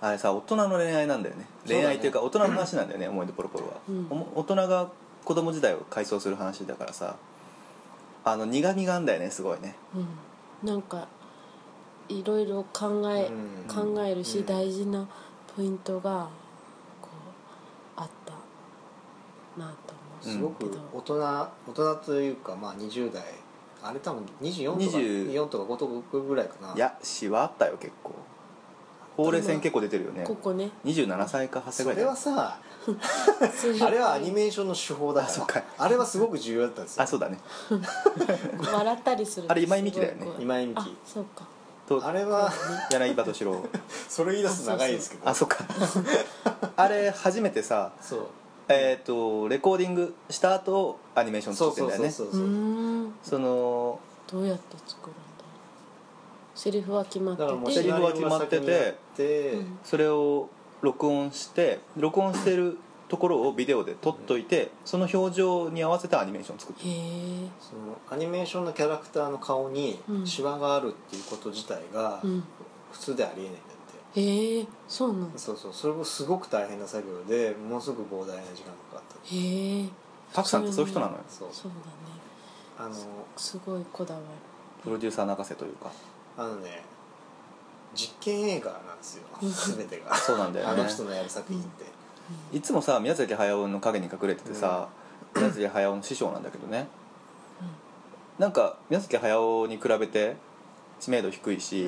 Speaker 1: あれさ大人の恋愛なんだよね
Speaker 2: そうだね
Speaker 1: 恋愛っていうか大人の話なんだよね、思い出ポロポロは、
Speaker 3: うん
Speaker 1: おも大人が子供時代を回想する話だからさあの苦みがあんだよねすごいね
Speaker 3: んうんなんかいろいろ考え、
Speaker 2: うん
Speaker 3: 考えるし、
Speaker 2: うん
Speaker 3: 大事なポイントがこうあったなと
Speaker 1: うん
Speaker 3: 思う、
Speaker 2: すごく大人大人というかまあ20代あれ多分24とか
Speaker 1: 20
Speaker 2: 4とか5とかぐらいかない
Speaker 1: やしはあったよ結構ほうれい線結構出てるよね
Speaker 3: こ こね
Speaker 1: 27歳か8歳ぐ
Speaker 2: そ
Speaker 1: らい
Speaker 2: れ
Speaker 1: だよ
Speaker 2: はさあれはアニメーションの手法だ
Speaker 1: あそ
Speaker 2: か
Speaker 1: っから
Speaker 2: あれはすごく重要だったんですよ
Speaker 1: あそうだね
Speaker 3: 笑ったりする
Speaker 1: あれ今井美樹だよね
Speaker 3: すごいこう
Speaker 2: 今井美樹
Speaker 3: あそうか
Speaker 1: と
Speaker 2: あれは
Speaker 1: 柳葉敏 郎
Speaker 2: それ言い出すと長いですけど
Speaker 1: あそ っかあれ初めてさ
Speaker 2: そう
Speaker 1: えっ、とレコーディングした後アニメーション
Speaker 2: そ
Speaker 1: 作
Speaker 2: う
Speaker 1: って
Speaker 2: そ
Speaker 1: ん
Speaker 2: う
Speaker 1: だよね
Speaker 2: そうそう
Speaker 3: うーん
Speaker 1: その
Speaker 3: どうやって作るんだセリフは決まって
Speaker 2: だからもう
Speaker 1: セ
Speaker 2: シ
Speaker 1: リ
Speaker 3: て
Speaker 1: フ
Speaker 2: ナリオが先にやって
Speaker 3: うん
Speaker 1: それを録音して録音してるところをビデオで撮っといてその表情に合わせたアニメーションを作って
Speaker 3: へえ
Speaker 2: そのアニメーションのキャラクターの顔に
Speaker 3: うん
Speaker 2: シワがあるっていうこと自体が
Speaker 3: うん
Speaker 2: 普通ではありえないんだって
Speaker 3: へえそうなんだ
Speaker 2: そうそうそれもすごく大変な作業でものすごく膨大な時間がかかっ
Speaker 3: へえ
Speaker 1: パクさんってそういう人なのよ
Speaker 2: たそう
Speaker 3: そうだね
Speaker 2: あの
Speaker 3: すごいこだわる
Speaker 1: プロデューサー泣かせというか
Speaker 2: あのね実験映画なんです よ全てが
Speaker 1: そうなんだよ
Speaker 2: あ
Speaker 1: ね
Speaker 2: の人のやる作品って
Speaker 1: いつもさ宮崎駿の影に隠れててさ、宮崎駿の師匠なんだけどね、なんか宮崎駿に比べて知名度低いし、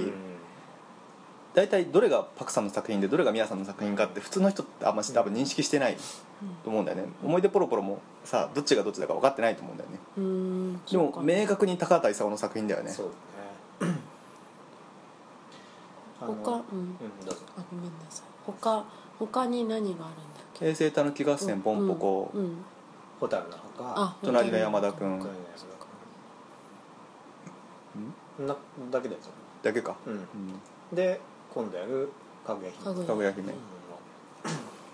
Speaker 1: 大体どれがパクさんの作品でどれが宮さんの作品かって普通の人ってあんまし多分認識してないと思うんだよね、思い出ポロポロもさどっちがどっちだか分かってないと思うんだよね
Speaker 3: うーん
Speaker 1: で
Speaker 3: そう
Speaker 1: も
Speaker 3: か
Speaker 1: 明確に高畑勲の作品だよ
Speaker 2: うん
Speaker 1: ね
Speaker 2: そうねあの
Speaker 3: 他うん
Speaker 2: うんどうぞ
Speaker 3: あごめんなさい他他に何があるんだっけ
Speaker 1: 平成たぬき合戦ポンポコ、
Speaker 3: うんうん
Speaker 2: 蛍の墓
Speaker 3: あ
Speaker 1: 隣の山田君
Speaker 2: これねそれだなだけだよそ
Speaker 1: だけか、
Speaker 2: れうん
Speaker 1: う
Speaker 2: で今度やるかぐや
Speaker 3: か
Speaker 2: 姫
Speaker 3: ぐ
Speaker 1: ん、
Speaker 3: や
Speaker 1: かぐや姫、
Speaker 2: う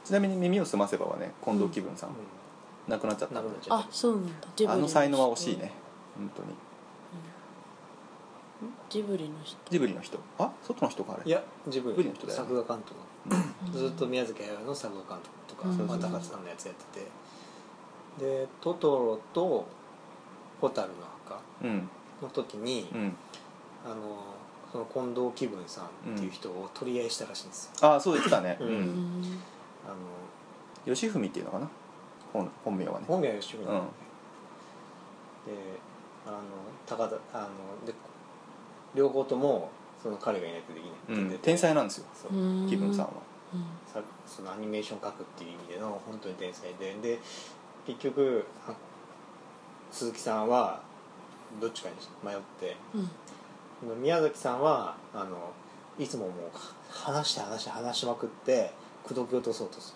Speaker 1: ちなみに耳を澄ませばはね近藤紀文さん、
Speaker 2: ん
Speaker 1: 亡くなっちゃっ
Speaker 2: な
Speaker 1: た
Speaker 2: くなっちゃっ
Speaker 3: あそうなんだジ
Speaker 1: あ
Speaker 3: ブリ人
Speaker 1: の才能は惜しいね本当に
Speaker 3: ジブリの人
Speaker 1: ジブリの人あ外の人かあ
Speaker 2: たい
Speaker 1: れ
Speaker 2: や自分
Speaker 1: ジブリの人だよね
Speaker 2: 作画監督
Speaker 1: うん
Speaker 2: ずっと宮崎駿の作画監督とか
Speaker 3: うん
Speaker 2: まあ高津さんのやつやっててでトトロと蛍の墓
Speaker 1: うん
Speaker 2: の時に、
Speaker 1: うん
Speaker 2: あのその近藤紀文さんっていう人を取り合いしたらしいんですよ、
Speaker 1: ああそう言ってたね、
Speaker 2: うん
Speaker 3: う、ん
Speaker 2: あの
Speaker 1: 義文っていうのかな本本名はね
Speaker 2: 本宮義文
Speaker 1: うん
Speaker 2: であの高田あので両方ともその彼がいないとできないって
Speaker 1: う
Speaker 2: 言って
Speaker 1: ん
Speaker 2: て
Speaker 1: 天才なんですよ
Speaker 2: そう
Speaker 3: うん
Speaker 1: 紀文さんは
Speaker 3: うん
Speaker 2: さそのアニメーション描くっていう意味での本当に天才でで結局あ鈴木さんはどっちかに迷って
Speaker 3: うん
Speaker 2: 宮崎さんはあのいつももう話して話して話しまくって口説き落とそうとす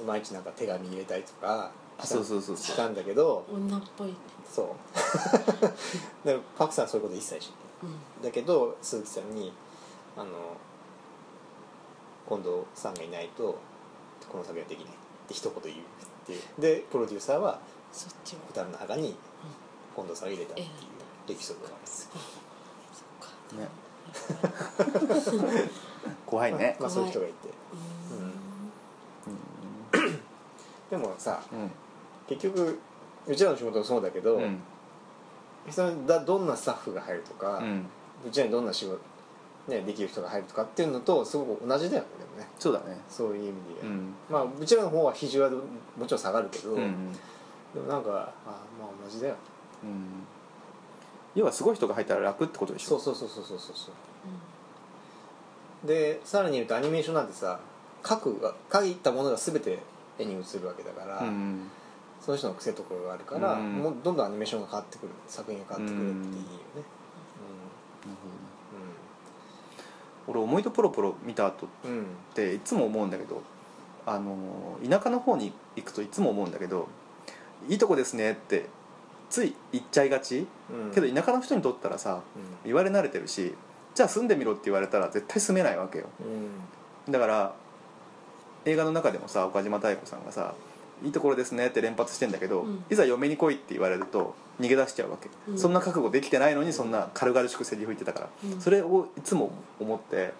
Speaker 2: る毎日なんか手紙入れたりとか
Speaker 1: あそうそうそう
Speaker 2: し
Speaker 1: そう
Speaker 2: たんだけど
Speaker 3: 女っぽいね
Speaker 2: そうでパクさんはそういう こと一切しない
Speaker 3: うん
Speaker 2: だけど鈴木さんに「あの近藤さんがいないとこの作業はできない」って一言言うっていうでプロデューサーは
Speaker 3: そっちは
Speaker 2: 蛍の墓に近藤さんを入れたっていうエピソードがあるんです
Speaker 3: そっか
Speaker 1: ね怖いね
Speaker 2: まあ、そういう人がいて
Speaker 3: うん
Speaker 2: でもさ
Speaker 1: うん
Speaker 2: 結局うちらの仕事もそうだけど、
Speaker 1: うん
Speaker 2: それだどんなスタッフが入るとか、
Speaker 1: う
Speaker 2: うんちらにどんな仕事、ね、できる人が入るとかっていうのとすごく同じだよねでもね
Speaker 1: そうだね
Speaker 2: そういう意味で、
Speaker 1: うん
Speaker 2: まあうちらの方は比重はもちろん下がるけ
Speaker 1: う
Speaker 2: ど、
Speaker 1: んうん
Speaker 2: でもなんかあまあ同じだよ
Speaker 1: うん要はすごい人が入ったら楽ってことでし
Speaker 2: そ
Speaker 1: ょ
Speaker 2: うそうそうそうそうそうそうでさらに言うとアニメーションなんてさ書くが書いたものが全て絵に映るわけだから、
Speaker 1: うん
Speaker 2: その人の癖ところがあるから、
Speaker 1: うん
Speaker 2: もうどんどんアニメーションが変わってくる作品が変わってくるっていいよね
Speaker 1: なるほどね俺「思いとポロポロ」見た後っ
Speaker 2: うんうん、うん
Speaker 1: ていつも思うんだけどあのー田舎の方に行くといつも思うんだけど「いいとこですね」ってつい言っちゃいがち
Speaker 2: うん
Speaker 1: けど田舎の人にとったらさ言われ慣れてるしじゃあ住んでみろって言われたら絶対住めないわけよ
Speaker 2: うんうん
Speaker 1: だから映画の中でもさ岡島妙子さんがさ「いいところですね」って連発してんだけど、
Speaker 3: うん
Speaker 1: いざ嫁に来いって言われると逃げ出しちゃうわけ、
Speaker 3: うん
Speaker 1: そんな覚悟できてないのにそんな軽々しくセリフ言ってたから、
Speaker 3: うん
Speaker 1: それをいつも思って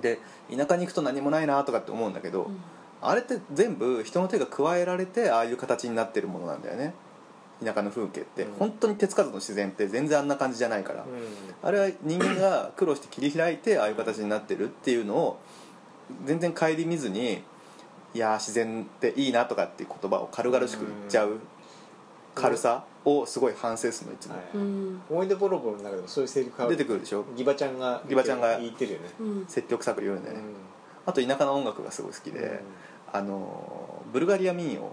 Speaker 1: で田舎に行くと何もないなとかって思うんだけど、
Speaker 3: うん
Speaker 1: あれって全部人の手が加えられてああいう形になってるものなんだよね田舎の風景って、
Speaker 2: うん
Speaker 1: 本当に手つかずの自然って全然あんな感じじゃないから、あれは人間が苦労して切り開いてああいう形になってるっていうのを全然顧みずに「いやー自然っていいな」とかっていう言葉を軽々しく言っちゃう軽さをすごい反省するのいつも、
Speaker 2: はい
Speaker 3: うん
Speaker 2: 思い出ボロボロの中でもそういうセリフが
Speaker 1: 出てくるでしょ
Speaker 2: ギバちゃんが
Speaker 1: ギバちゃんが
Speaker 2: 言ってるよね
Speaker 3: うん
Speaker 1: 積極作言うんだよね、
Speaker 2: う
Speaker 1: あと田舎の音楽がすごい好き
Speaker 2: ん
Speaker 1: で、あのーブルガリア民謡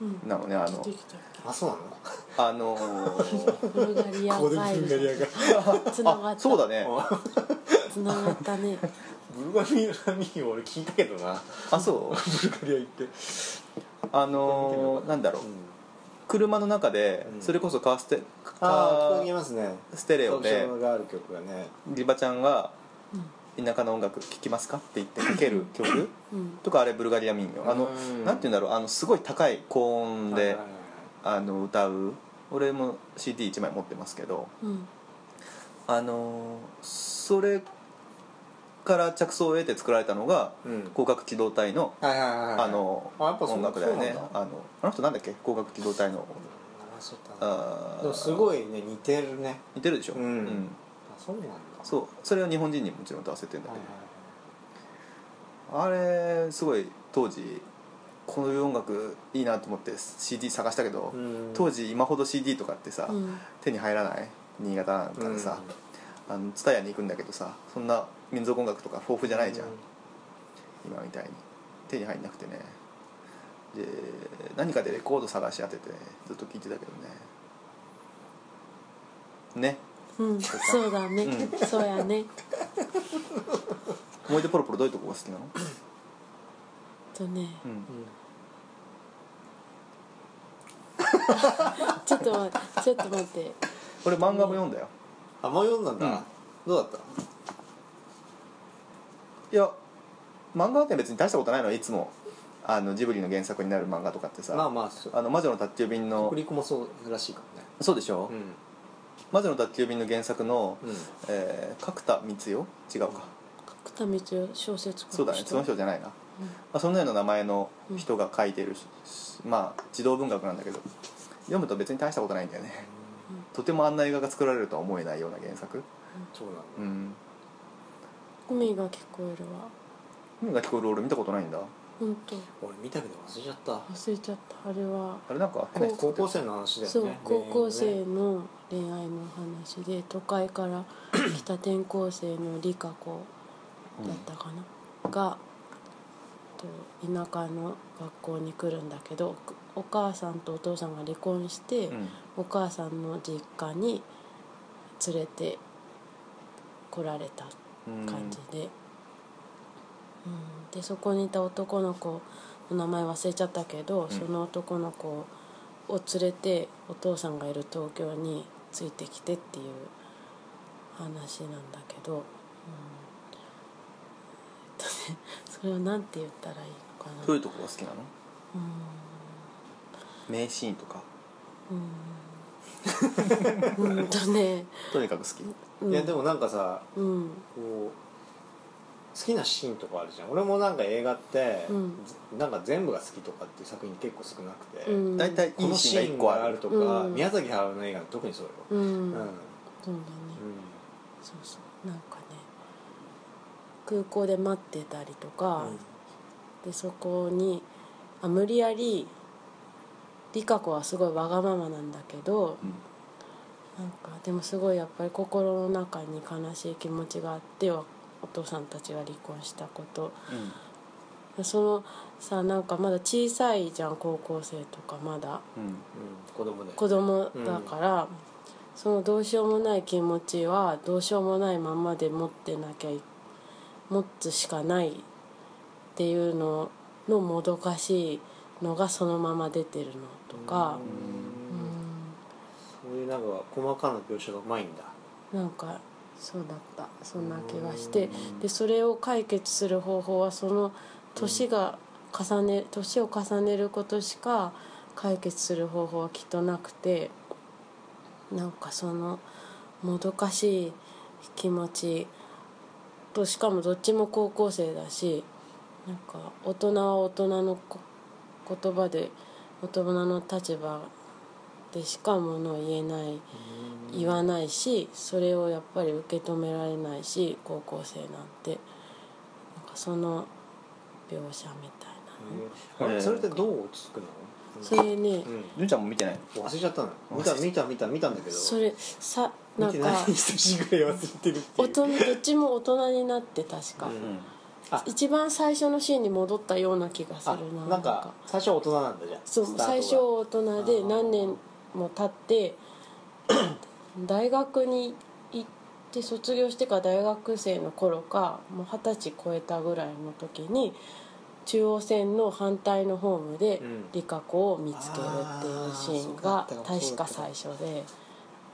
Speaker 3: うん
Speaker 1: なのねあ
Speaker 3: 出
Speaker 1: の
Speaker 3: てきたっ
Speaker 2: あそうなの
Speaker 1: あのー
Speaker 3: けブルガリア
Speaker 2: ここで
Speaker 3: バイ
Speaker 2: ブルガリア
Speaker 3: ル
Speaker 2: が
Speaker 3: つなが
Speaker 1: あ
Speaker 3: った
Speaker 1: そうだね
Speaker 3: つながったね
Speaker 2: ブルガリアミーを俺聞いたけどな
Speaker 1: あそう
Speaker 2: ブルガリア行って
Speaker 1: あのーなんだろう車の中で
Speaker 2: うん
Speaker 1: それこそカーステ
Speaker 2: ああ
Speaker 1: カ
Speaker 2: 聞こえ
Speaker 1: ー
Speaker 2: ますね
Speaker 1: ステレオ
Speaker 2: 特
Speaker 1: で
Speaker 2: 徴がある曲がね
Speaker 1: リバちゃんが
Speaker 3: う
Speaker 1: 「
Speaker 3: ん
Speaker 1: 田舎の音楽聴きますか?」って言ってかける曲
Speaker 3: うん
Speaker 1: とかあれブルガリア民謡あの
Speaker 2: うん
Speaker 1: なんて言うんだろうあのすごい高い高音
Speaker 2: はい
Speaker 1: で
Speaker 2: はいはい
Speaker 1: あの歌う俺も CD1 枚持ってますけど
Speaker 3: うん
Speaker 1: あのそれから着想を得て作られたのが
Speaker 2: うん
Speaker 1: 広角機動隊の
Speaker 2: はいはいはいはい
Speaker 1: あの
Speaker 2: あやっぱそう
Speaker 1: 音楽だよね
Speaker 2: そうなんだ
Speaker 1: あのあの人なんだっけ広角機動隊の
Speaker 2: あそうだな
Speaker 1: あー
Speaker 2: でもすごいね似てるね
Speaker 1: 似てるでしょ
Speaker 2: うんあそうなんだ
Speaker 1: そうそれを日本人にもちろん歌わせてんだ
Speaker 2: はい
Speaker 1: け
Speaker 2: は
Speaker 1: ど
Speaker 2: いはい
Speaker 1: あれすごい当時こういう音楽いいなと思って CD 探したけど、
Speaker 2: うん
Speaker 1: 当時今ほど CD とかってさ、
Speaker 3: うん
Speaker 1: 手に入らない新潟なんかでさ、あの蔦屋に行くんだけどさそんな民族音楽とか豊富じゃないじゃん、
Speaker 2: う
Speaker 1: 今みたいに手に入んなくてねで何かでレコード探し当ててずっと聴いてたけどねね
Speaker 3: うんそうだね
Speaker 1: う
Speaker 3: そうやね
Speaker 1: 思い出ポロポロどういうとこが好きなの、
Speaker 3: とね
Speaker 1: うん
Speaker 2: うん
Speaker 3: ちょっと待ってちょっと待って
Speaker 1: 俺漫画も読んだよ
Speaker 2: あもう読んだんだ、
Speaker 1: うん
Speaker 2: どうだっ
Speaker 1: いや漫画って別に大したことないのいつもあのジブリの原作になる漫画とかって
Speaker 2: た
Speaker 1: さ
Speaker 2: まあまあそう
Speaker 1: あの魔女の宅急便の
Speaker 2: 北陸もそうらしいからね
Speaker 1: そうでしょ、
Speaker 2: う
Speaker 1: 魔女の宅急便の原作の、
Speaker 2: んうん
Speaker 1: えー角田光代違うか、
Speaker 3: 角田道夫小説家
Speaker 1: そうだねその
Speaker 3: 人
Speaker 1: 人じゃないなまあ、そのような名前の人が書いてるし、まあ児童文学なんだけど読むと別に大したことないんだよね とてもあんな映画が作られるとは思えないような原作
Speaker 2: そうなんだ
Speaker 1: うん
Speaker 3: 海が聞こえるわ
Speaker 1: 海が聞こえる俺見たことないんだ
Speaker 3: 本当
Speaker 2: 俺見たけど忘れちゃった
Speaker 3: 忘れちゃったあれは
Speaker 1: あれなんか変な人
Speaker 2: 高校生の話だよね
Speaker 3: そう高校
Speaker 2: 恋愛の
Speaker 3: 生
Speaker 2: ね
Speaker 3: の恋愛の話で都会から来た転校生の理香子だったかな、がと田舎の学校に来るんだけどおお母さんとお父さんが離婚して、
Speaker 1: うん
Speaker 3: お母さんの実家に連れて来られた
Speaker 1: うん
Speaker 3: 感じで,、うんでそこにいた男の子の名前忘れちゃったけど、
Speaker 1: ん
Speaker 3: その男の子を連れてお父さんがいる東京についてきてっていう話なんだけど、うんえっとね、それをなんて言ったらいいのか
Speaker 1: ど
Speaker 3: な
Speaker 1: ういうとこが好きなの名シーンとか
Speaker 3: うんうんとね、
Speaker 1: とにかく好き
Speaker 3: うん、
Speaker 2: いやでもなんかさ
Speaker 3: うん
Speaker 2: こう好きなシーンとかあるじゃん俺もなんか映画って、
Speaker 3: うん
Speaker 2: ずなんか全部が好きとかっていう作品結構少なくて、
Speaker 3: うん
Speaker 1: 大体
Speaker 2: こ
Speaker 1: いい
Speaker 2: の
Speaker 1: シ
Speaker 2: シ
Speaker 1: ーンが一
Speaker 2: ーン
Speaker 1: 個
Speaker 2: が
Speaker 1: あ
Speaker 2: あ
Speaker 1: る
Speaker 2: るとか、
Speaker 3: うん
Speaker 2: 宮崎駿の映画の特にそうよ
Speaker 3: う、
Speaker 2: うんん、うん
Speaker 3: そうだねそうそうなんかね空港で待ってたりとか、でそこにあ無理やり理香子はすごいわがままなんだけど
Speaker 1: うん
Speaker 3: なんかでもすごいやっぱり心の中に悲しい気持ちがあっておお父さんたちが離婚したことそのさなんかまだ小さいじゃん高校生とかまだ
Speaker 1: うんうん
Speaker 2: うん子供で
Speaker 3: 子供だから、そのどうしようもない気持ちはどうしようもないままで持ってなきゃい持つしかないっていうののもどかしいのがそのまま出てるのとか、
Speaker 2: うん
Speaker 3: う
Speaker 2: そういうなんか細かな描写がうまいんだ
Speaker 3: んなんかそうだったそんな気がして
Speaker 2: うん
Speaker 3: でそれを解決する方法はその年が重ね年を重ねることしか解決する方法はきっとなくてなんかそのもどかしい気持ちとしかもどっちも高校生だしなんか大人は大人のこ言葉で大人の立場でしかものを言えない言わないしそれをやっぱり受け止められないし高校生なんてなんかその描写みたい
Speaker 2: うんあ
Speaker 1: うん
Speaker 2: れそれってどう落ち着くの、
Speaker 3: なそれね
Speaker 2: うん
Speaker 1: 純ちゃんも見てない
Speaker 2: 忘れちゃったの見た見た見た見たんだけど
Speaker 3: それさな
Speaker 2: 見
Speaker 3: ん
Speaker 2: てない
Speaker 3: か
Speaker 2: 久しぶり忘れてるってい
Speaker 3: 大
Speaker 2: う
Speaker 3: 人どっちも大人になって確か、
Speaker 2: うん
Speaker 1: うん
Speaker 3: 一番最初のシーンに戻ったような気がす
Speaker 2: あ
Speaker 3: るな
Speaker 2: なんか最初は大人なんだじゃん
Speaker 3: そう
Speaker 2: スタートが
Speaker 3: 最初大人で
Speaker 2: あー
Speaker 3: 何年も経って大学に行って卒業してから大学生の頃かもう二十歳超えたぐらいの時に中央線の反対のホームで
Speaker 2: うん
Speaker 3: 理香子を見つけるっていうシーンが
Speaker 2: あーそうだったかも
Speaker 3: 確か
Speaker 2: そうだ
Speaker 3: 最
Speaker 2: っ
Speaker 3: 初で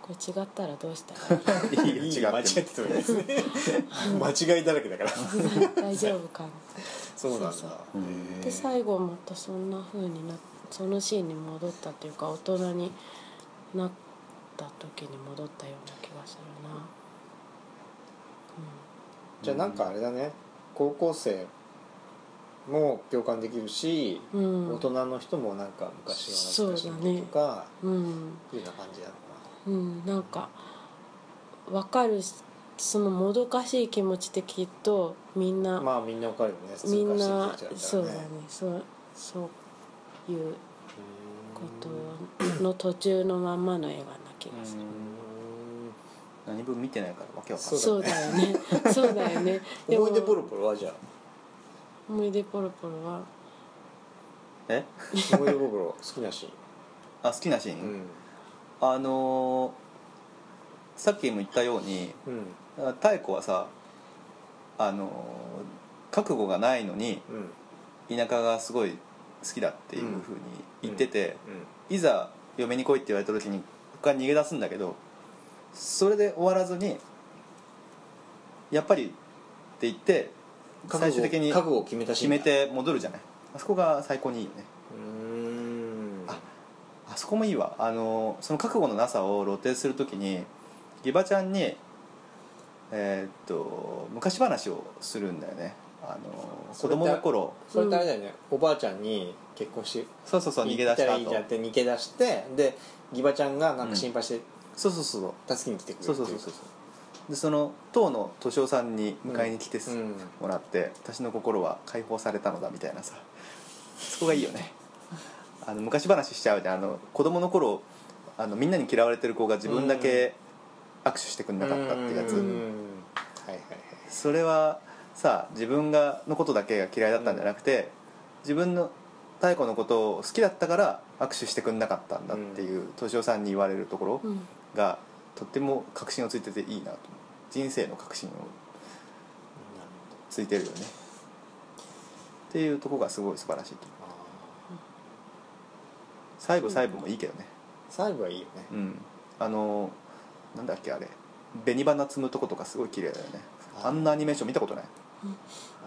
Speaker 3: これ違ったらどうした らいい
Speaker 1: いいよ
Speaker 2: いい
Speaker 1: 違
Speaker 2: よ間違
Speaker 1: っ
Speaker 2: って
Speaker 1: て
Speaker 2: たですね間違いだらけだ から
Speaker 3: 大丈夫かな
Speaker 2: そうなんだ
Speaker 3: そう
Speaker 1: う
Speaker 3: で最後またそんな風になそのシーンに戻ったというか大人になった時に戻ったような気がするな
Speaker 2: じゃあなんかあれだね高校生も共感できるし、
Speaker 3: うん
Speaker 2: 大人の人もなんか昔は懐かしいこととか
Speaker 3: うん、
Speaker 2: いうような感じだっ
Speaker 3: うん、なんか分かるしそのもどかしい気持ちってきっとみん
Speaker 2: た
Speaker 3: な、
Speaker 2: なまあみんなわかるよね
Speaker 3: みん
Speaker 2: 通
Speaker 3: な
Speaker 2: 過してきちゃ
Speaker 3: そう
Speaker 2: う
Speaker 3: だ
Speaker 2: から
Speaker 3: ね
Speaker 2: ね
Speaker 3: そうそういうこ
Speaker 2: う
Speaker 3: との途中のまんまの映画な気がする。
Speaker 1: ん
Speaker 2: ん
Speaker 1: 何分見てないからわけわかんない
Speaker 3: そうだよね。そうだよね。でも
Speaker 2: 思い出ポロポロはじゃ
Speaker 3: 思い出ポロポロは
Speaker 1: え
Speaker 2: あ思い出ポロポロ好きなシ
Speaker 1: あ好きなシー
Speaker 2: ー
Speaker 1: ン、
Speaker 2: ンうん
Speaker 1: あのーさっきも言ったように
Speaker 2: うん
Speaker 1: あ妙子はさあのー覚悟がないのに
Speaker 2: うん
Speaker 1: 田舎がすごい好きだっていうふうに言ってて、
Speaker 2: うん
Speaker 1: いざ嫁に来いって言われた時に僕は逃げ出すんだけどそれで終わらずにやっぱりって言って
Speaker 2: 覚
Speaker 1: 最
Speaker 2: 悟
Speaker 1: 終的に
Speaker 2: 覚悟を決めたシー
Speaker 1: 決
Speaker 2: ンだ
Speaker 1: めて戻るじゃないあそこが最高にいいよね
Speaker 2: うーん
Speaker 1: ああそこもいいわあのその覚悟のなさを露呈するときにギバちゃんにえーっと昔話をするんだよねあの子
Speaker 2: それだ
Speaker 1: 供の頃
Speaker 2: それってあれだよね、おばあちゃんに結婚して
Speaker 1: そうそうそう逃げ出した
Speaker 2: ら
Speaker 1: 後
Speaker 2: いいじゃんって逃げ出してでギバちゃんがなんか心配して
Speaker 1: そうそうそう
Speaker 2: 助けに来てくれ
Speaker 1: そうそうそうそうそうでその当の敏夫さんに迎えに来て
Speaker 2: う、うん、
Speaker 1: もらって私の心は解放されたのだみたいなさそこがいいよ ねあの昔話しちゃうじゃんあの子供の頃あのみんなに嫌われてる子が自分だけ握手してくれなかったってやつ、
Speaker 2: うんはいはいはい
Speaker 1: それはさ自分がのことだけが嫌いだったんじゃなくて、自分の妙子のことを好きだったから握手してくれなかったんだっていう敏夫、さんに言われるところ
Speaker 3: うん
Speaker 1: がとっても確信をついてていいなと人生の確信を
Speaker 2: なるほど
Speaker 1: ついてるよねっていうとこがすごい素晴らしいと
Speaker 2: あ
Speaker 1: 細部細部もいいけどね
Speaker 2: ー最後はいいよね
Speaker 1: うん、あのなんだっけあれ紅花摘むとことかすごい綺麗だよね
Speaker 2: あー
Speaker 1: あんなアニメーション見たことない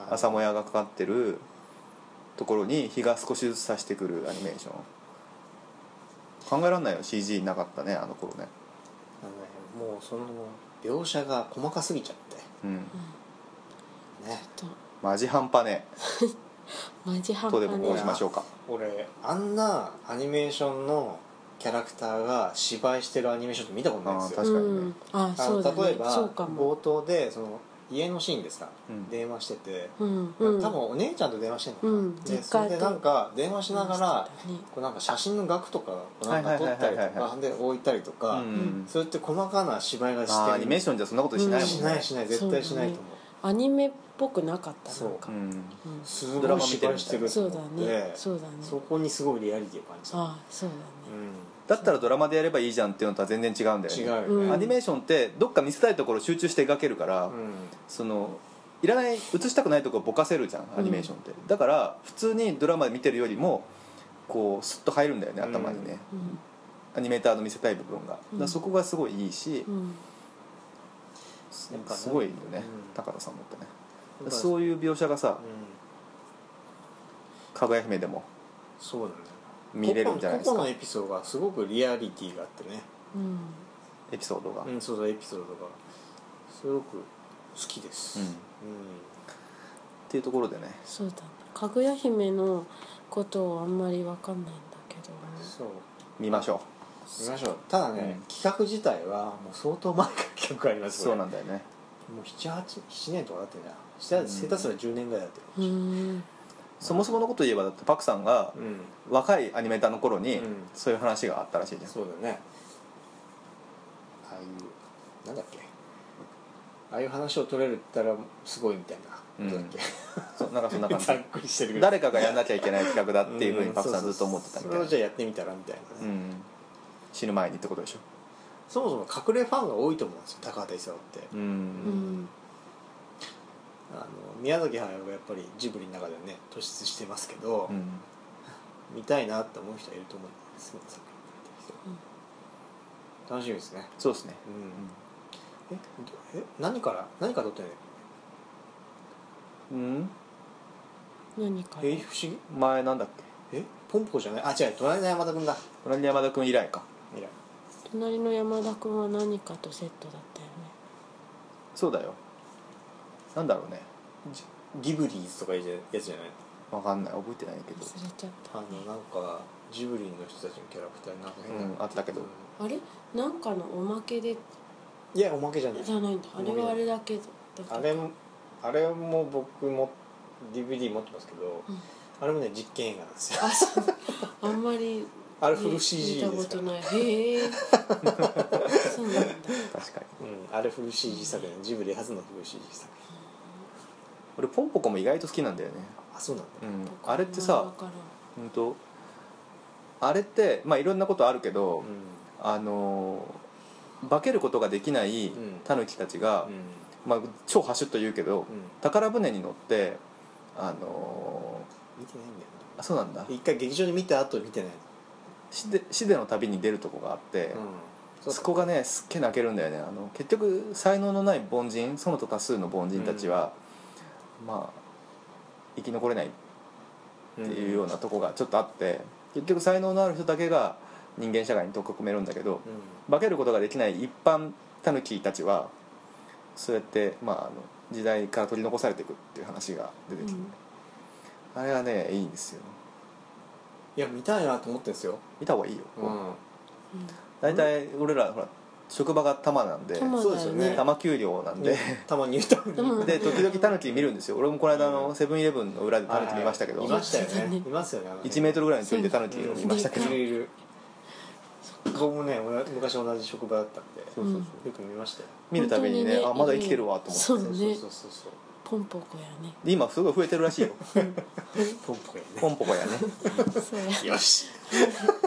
Speaker 2: あー
Speaker 1: 朝もやがかかってるところに日が少しずつ差してくるアニメーション考えられないよ CG なかったねあの頃ね
Speaker 2: あのねもうその描写が細かすぎちゃって
Speaker 1: うん
Speaker 2: ね
Speaker 3: と
Speaker 1: マジ半端ね
Speaker 3: マジ半
Speaker 1: と
Speaker 3: 端
Speaker 1: で
Speaker 3: ね
Speaker 1: もこうしましょうか
Speaker 2: 俺あんなアニメーションのキャラクターが芝居してるアニメーションって見たことないんですよ
Speaker 1: あー確かにね
Speaker 3: うん、あ
Speaker 2: あ
Speaker 3: そうだ
Speaker 2: の
Speaker 3: ね
Speaker 2: 例えば
Speaker 3: そうか
Speaker 2: 冒
Speaker 3: も、
Speaker 2: 頭でその家のシーンでさ、
Speaker 1: うん
Speaker 2: 電話してて、
Speaker 3: うんうん、
Speaker 2: 多分お姉ちゃんと電話してんのかな、
Speaker 3: うん
Speaker 2: で
Speaker 3: 実
Speaker 2: そ
Speaker 3: 家
Speaker 2: れ
Speaker 3: と
Speaker 2: でなんか電話しながら
Speaker 3: そうだね
Speaker 2: こうなんか写真の額とかこうなんか撮ったり
Speaker 1: はいはいはい
Speaker 2: と
Speaker 1: はいは
Speaker 2: かで置いたりと
Speaker 1: う
Speaker 2: か、
Speaker 1: ん
Speaker 2: そうやって細かな芝居がして
Speaker 1: あーアニメーションじゃそんなことしないもんね
Speaker 2: しないしない絶対しないと思う
Speaker 3: アニメっぽくなかった
Speaker 2: そう
Speaker 3: なんか
Speaker 1: うん
Speaker 3: うん
Speaker 2: すごい芝居してると
Speaker 3: そう
Speaker 2: 思
Speaker 3: だ
Speaker 2: って
Speaker 3: ねそうだね
Speaker 2: そこにすごいリアリティを感じた、
Speaker 3: あそうだね
Speaker 2: う
Speaker 1: だったらドラマでやればいいじゃんっていうのとは全然違うんだよ
Speaker 2: ん、違
Speaker 1: ね
Speaker 2: うよね、
Speaker 3: うん
Speaker 1: アニメーションってどっか見せたいところを集中して描けるから、
Speaker 2: う
Speaker 1: そのいらない映したくないところぼかせるじゃんアニメーションって、だから普通にドラマで見てるよりもこうスッと入るんだよね頭にね、
Speaker 3: うん
Speaker 1: アニメーターの見せたい部分が、だか
Speaker 3: うん
Speaker 1: らそこがすごいいいし、
Speaker 3: うん
Speaker 2: やっぱね
Speaker 1: すごいよね、
Speaker 2: うん
Speaker 1: 高田さんもってね
Speaker 2: ん、
Speaker 1: そういう描写がさ
Speaker 2: うん、
Speaker 1: 「かぐや姫」でも
Speaker 2: そうなんだよ
Speaker 1: 見れるんじゃないです
Speaker 2: 個々
Speaker 1: か
Speaker 2: のエピソードがすごくリアリティがあってね
Speaker 3: うん
Speaker 1: エピソードが、
Speaker 2: うんそうそうエピソードがすごく好きです
Speaker 1: うんっていうところでね
Speaker 3: そうだねかぐや姫のことをあんまりわかんないんだけど
Speaker 2: そう
Speaker 1: 見ましょ
Speaker 2: 見ましょうただね、
Speaker 1: うん
Speaker 2: 企画自体はもう相当前から企画ありま
Speaker 1: う
Speaker 2: す
Speaker 1: そうなんんだよね
Speaker 2: もう787年とかだってんじゃん下手下手すら10年ぐらいだって
Speaker 3: うーん
Speaker 1: そもそものこと言えばだってパクさんが
Speaker 2: うん、
Speaker 1: 若いアニメーターの頃に
Speaker 2: うん
Speaker 1: そういう話があったらしいじゃん、
Speaker 2: そうだねああいうなんだっけああいう話を取れるったらすごいみたいなことだっけ、
Speaker 1: そうなんか そんな感じ
Speaker 2: ざっくりしてるぐらい
Speaker 1: 誰かがやんなきゃいけない企画だっていうふうにパクさんずっと思ってたみたい
Speaker 2: うんそうそうそれ
Speaker 1: な
Speaker 2: をじゃあやってみたらみたいな
Speaker 1: う
Speaker 2: ね、
Speaker 1: ん死ぬ前にってことでしょ
Speaker 2: そもそも隠れファンが多いと思うんですよ高畑勲って、
Speaker 1: う
Speaker 3: うんん
Speaker 2: あの宮崎駿がやっぱりジブリの中ではね突出してますけど、
Speaker 1: うん
Speaker 2: 見たいなって思う人はいると思うんですよ作品
Speaker 3: うん
Speaker 2: 楽しみですね
Speaker 1: そうですね
Speaker 2: うん
Speaker 1: うん
Speaker 2: ええ何から何から撮ってんの
Speaker 1: うん
Speaker 3: 何か
Speaker 2: え不思議
Speaker 1: 前なんだっけ
Speaker 2: えポンポコじゃないあ違う隣の山田君だ
Speaker 1: 隣の山田君以来か
Speaker 2: 未来
Speaker 3: 隣の山田君は何かとセットだったよね
Speaker 1: そうだよなんだろうね
Speaker 2: ギブリーズとかいうやつじゃない
Speaker 1: わかんない覚えてないけど
Speaker 3: 忘れちゃっ
Speaker 2: あのなんかジブリの人たちのキャラクターなんか変な、
Speaker 1: うんあったけど
Speaker 3: たあれなんかのおまけで
Speaker 2: いやおまけじゃない
Speaker 3: じゃないんだあれはあれだけだ
Speaker 2: あれもあれも僕も DVD 持ってますけど、
Speaker 3: うん
Speaker 2: あれもね実験映画なんですよ
Speaker 3: あそうあんまり
Speaker 2: あれフル CG
Speaker 3: 見た
Speaker 2: で
Speaker 3: こ
Speaker 2: すか
Speaker 3: と
Speaker 2: ら、
Speaker 3: ないへえそうなんだ
Speaker 1: 確かに
Speaker 2: うん、あれフル CG 作品ジブリ初のフル CG 作品
Speaker 1: 俺ポンポコも意外と好きなんだよね
Speaker 2: あそうなん
Speaker 1: う
Speaker 2: だ、
Speaker 1: んあれってさ
Speaker 3: わからん
Speaker 1: うんとあれってまあいろんなことあるけど、
Speaker 2: うん
Speaker 1: あのー化けることができない
Speaker 2: うん
Speaker 1: タヌキたちが、
Speaker 2: うん
Speaker 1: まあ、超ハシュッと言うけど、
Speaker 2: うん
Speaker 1: 宝船に乗ってあの
Speaker 2: 見てないんだよ
Speaker 1: ーあそうなんだ
Speaker 2: な一回劇場で見た後見てない
Speaker 1: シデシデの旅に出るとこがあって、
Speaker 2: の、う
Speaker 1: そこがねすっげえ泣けるんだよねあの結局才能のない凡人その他多数の凡人たちは、まあ生き残れないっていうようなとこがちょっとあって、結局才能のある人だけが人間社会に溶け込めるんだけど、
Speaker 2: うん
Speaker 1: 化けることができない一般タヌキたちはそうやって、まあ、あの時代から取り残されていくっていう話が出てきて、あれはねいいんですよ
Speaker 2: いや見たいなと思ってんですよ、
Speaker 1: 見た方がいいよ、
Speaker 2: うん
Speaker 1: 大体俺らほら職場が多摩なんで
Speaker 3: たま
Speaker 2: そうですよね
Speaker 1: 多摩丘陵なんで、
Speaker 2: たまに言うた
Speaker 3: 摩
Speaker 1: で時々タヌキ見るんですよ俺もこの間あのセブンイレブンの裏でタヌキ見ましたけど、
Speaker 2: いましたよね
Speaker 3: ね
Speaker 2: いますよね
Speaker 1: 1メートルぐらいの距離でタヌキを見ましたけど、
Speaker 2: いるいる僕もね俺昔同じ職場だったんで
Speaker 1: そうそうそう
Speaker 2: よく見ましたよ
Speaker 1: 見るたびにね
Speaker 3: 本当
Speaker 1: あまだ生きてるわと
Speaker 3: そ
Speaker 1: 思
Speaker 3: う
Speaker 1: って
Speaker 3: ね
Speaker 2: そうそうそう
Speaker 3: ポンポコやね
Speaker 1: で今すごい増えてるらしいよ
Speaker 2: そうポンポコや
Speaker 1: ポンポコやね
Speaker 3: そうや
Speaker 2: ねよし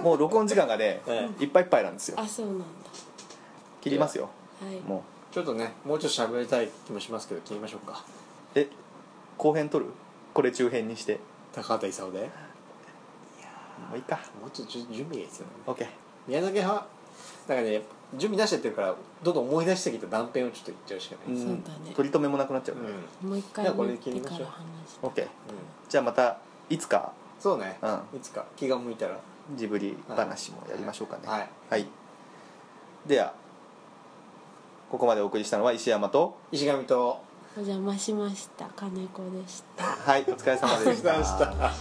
Speaker 1: もう録音時間がね
Speaker 2: え
Speaker 1: いっぱいいっぱいなんですよ
Speaker 3: あそうなんだ
Speaker 1: 切りますよ
Speaker 3: はい
Speaker 1: も
Speaker 2: ちょっとねもうちょっと喋りたい気もしますけど切りましょうか
Speaker 1: うえ後編撮るこれ中編にして
Speaker 2: 高畑勲で
Speaker 1: もういいか
Speaker 2: もうちょっと準備が必要だね
Speaker 1: OK
Speaker 2: 宮崎派なんかね準備出してってるからどんどん思い出してきた断片をちょっと言っちゃうしかないです、
Speaker 3: だね
Speaker 1: 取り留めもなくなっちゃう
Speaker 2: うん
Speaker 1: ね
Speaker 3: もう一回
Speaker 2: じゃあこれで
Speaker 3: 持って
Speaker 2: 切りま
Speaker 3: か
Speaker 2: しょう
Speaker 3: ら話して
Speaker 1: OK じゃあまたいつか
Speaker 2: そうね、
Speaker 1: う
Speaker 2: いつか気が向いたら
Speaker 1: ジブリ話もやりましょうかね
Speaker 2: はい
Speaker 1: はいではここまでお送りしたのは石山と
Speaker 2: 石神と
Speaker 3: お邪魔しました金子でした
Speaker 1: はいお疲れ様でした
Speaker 2: た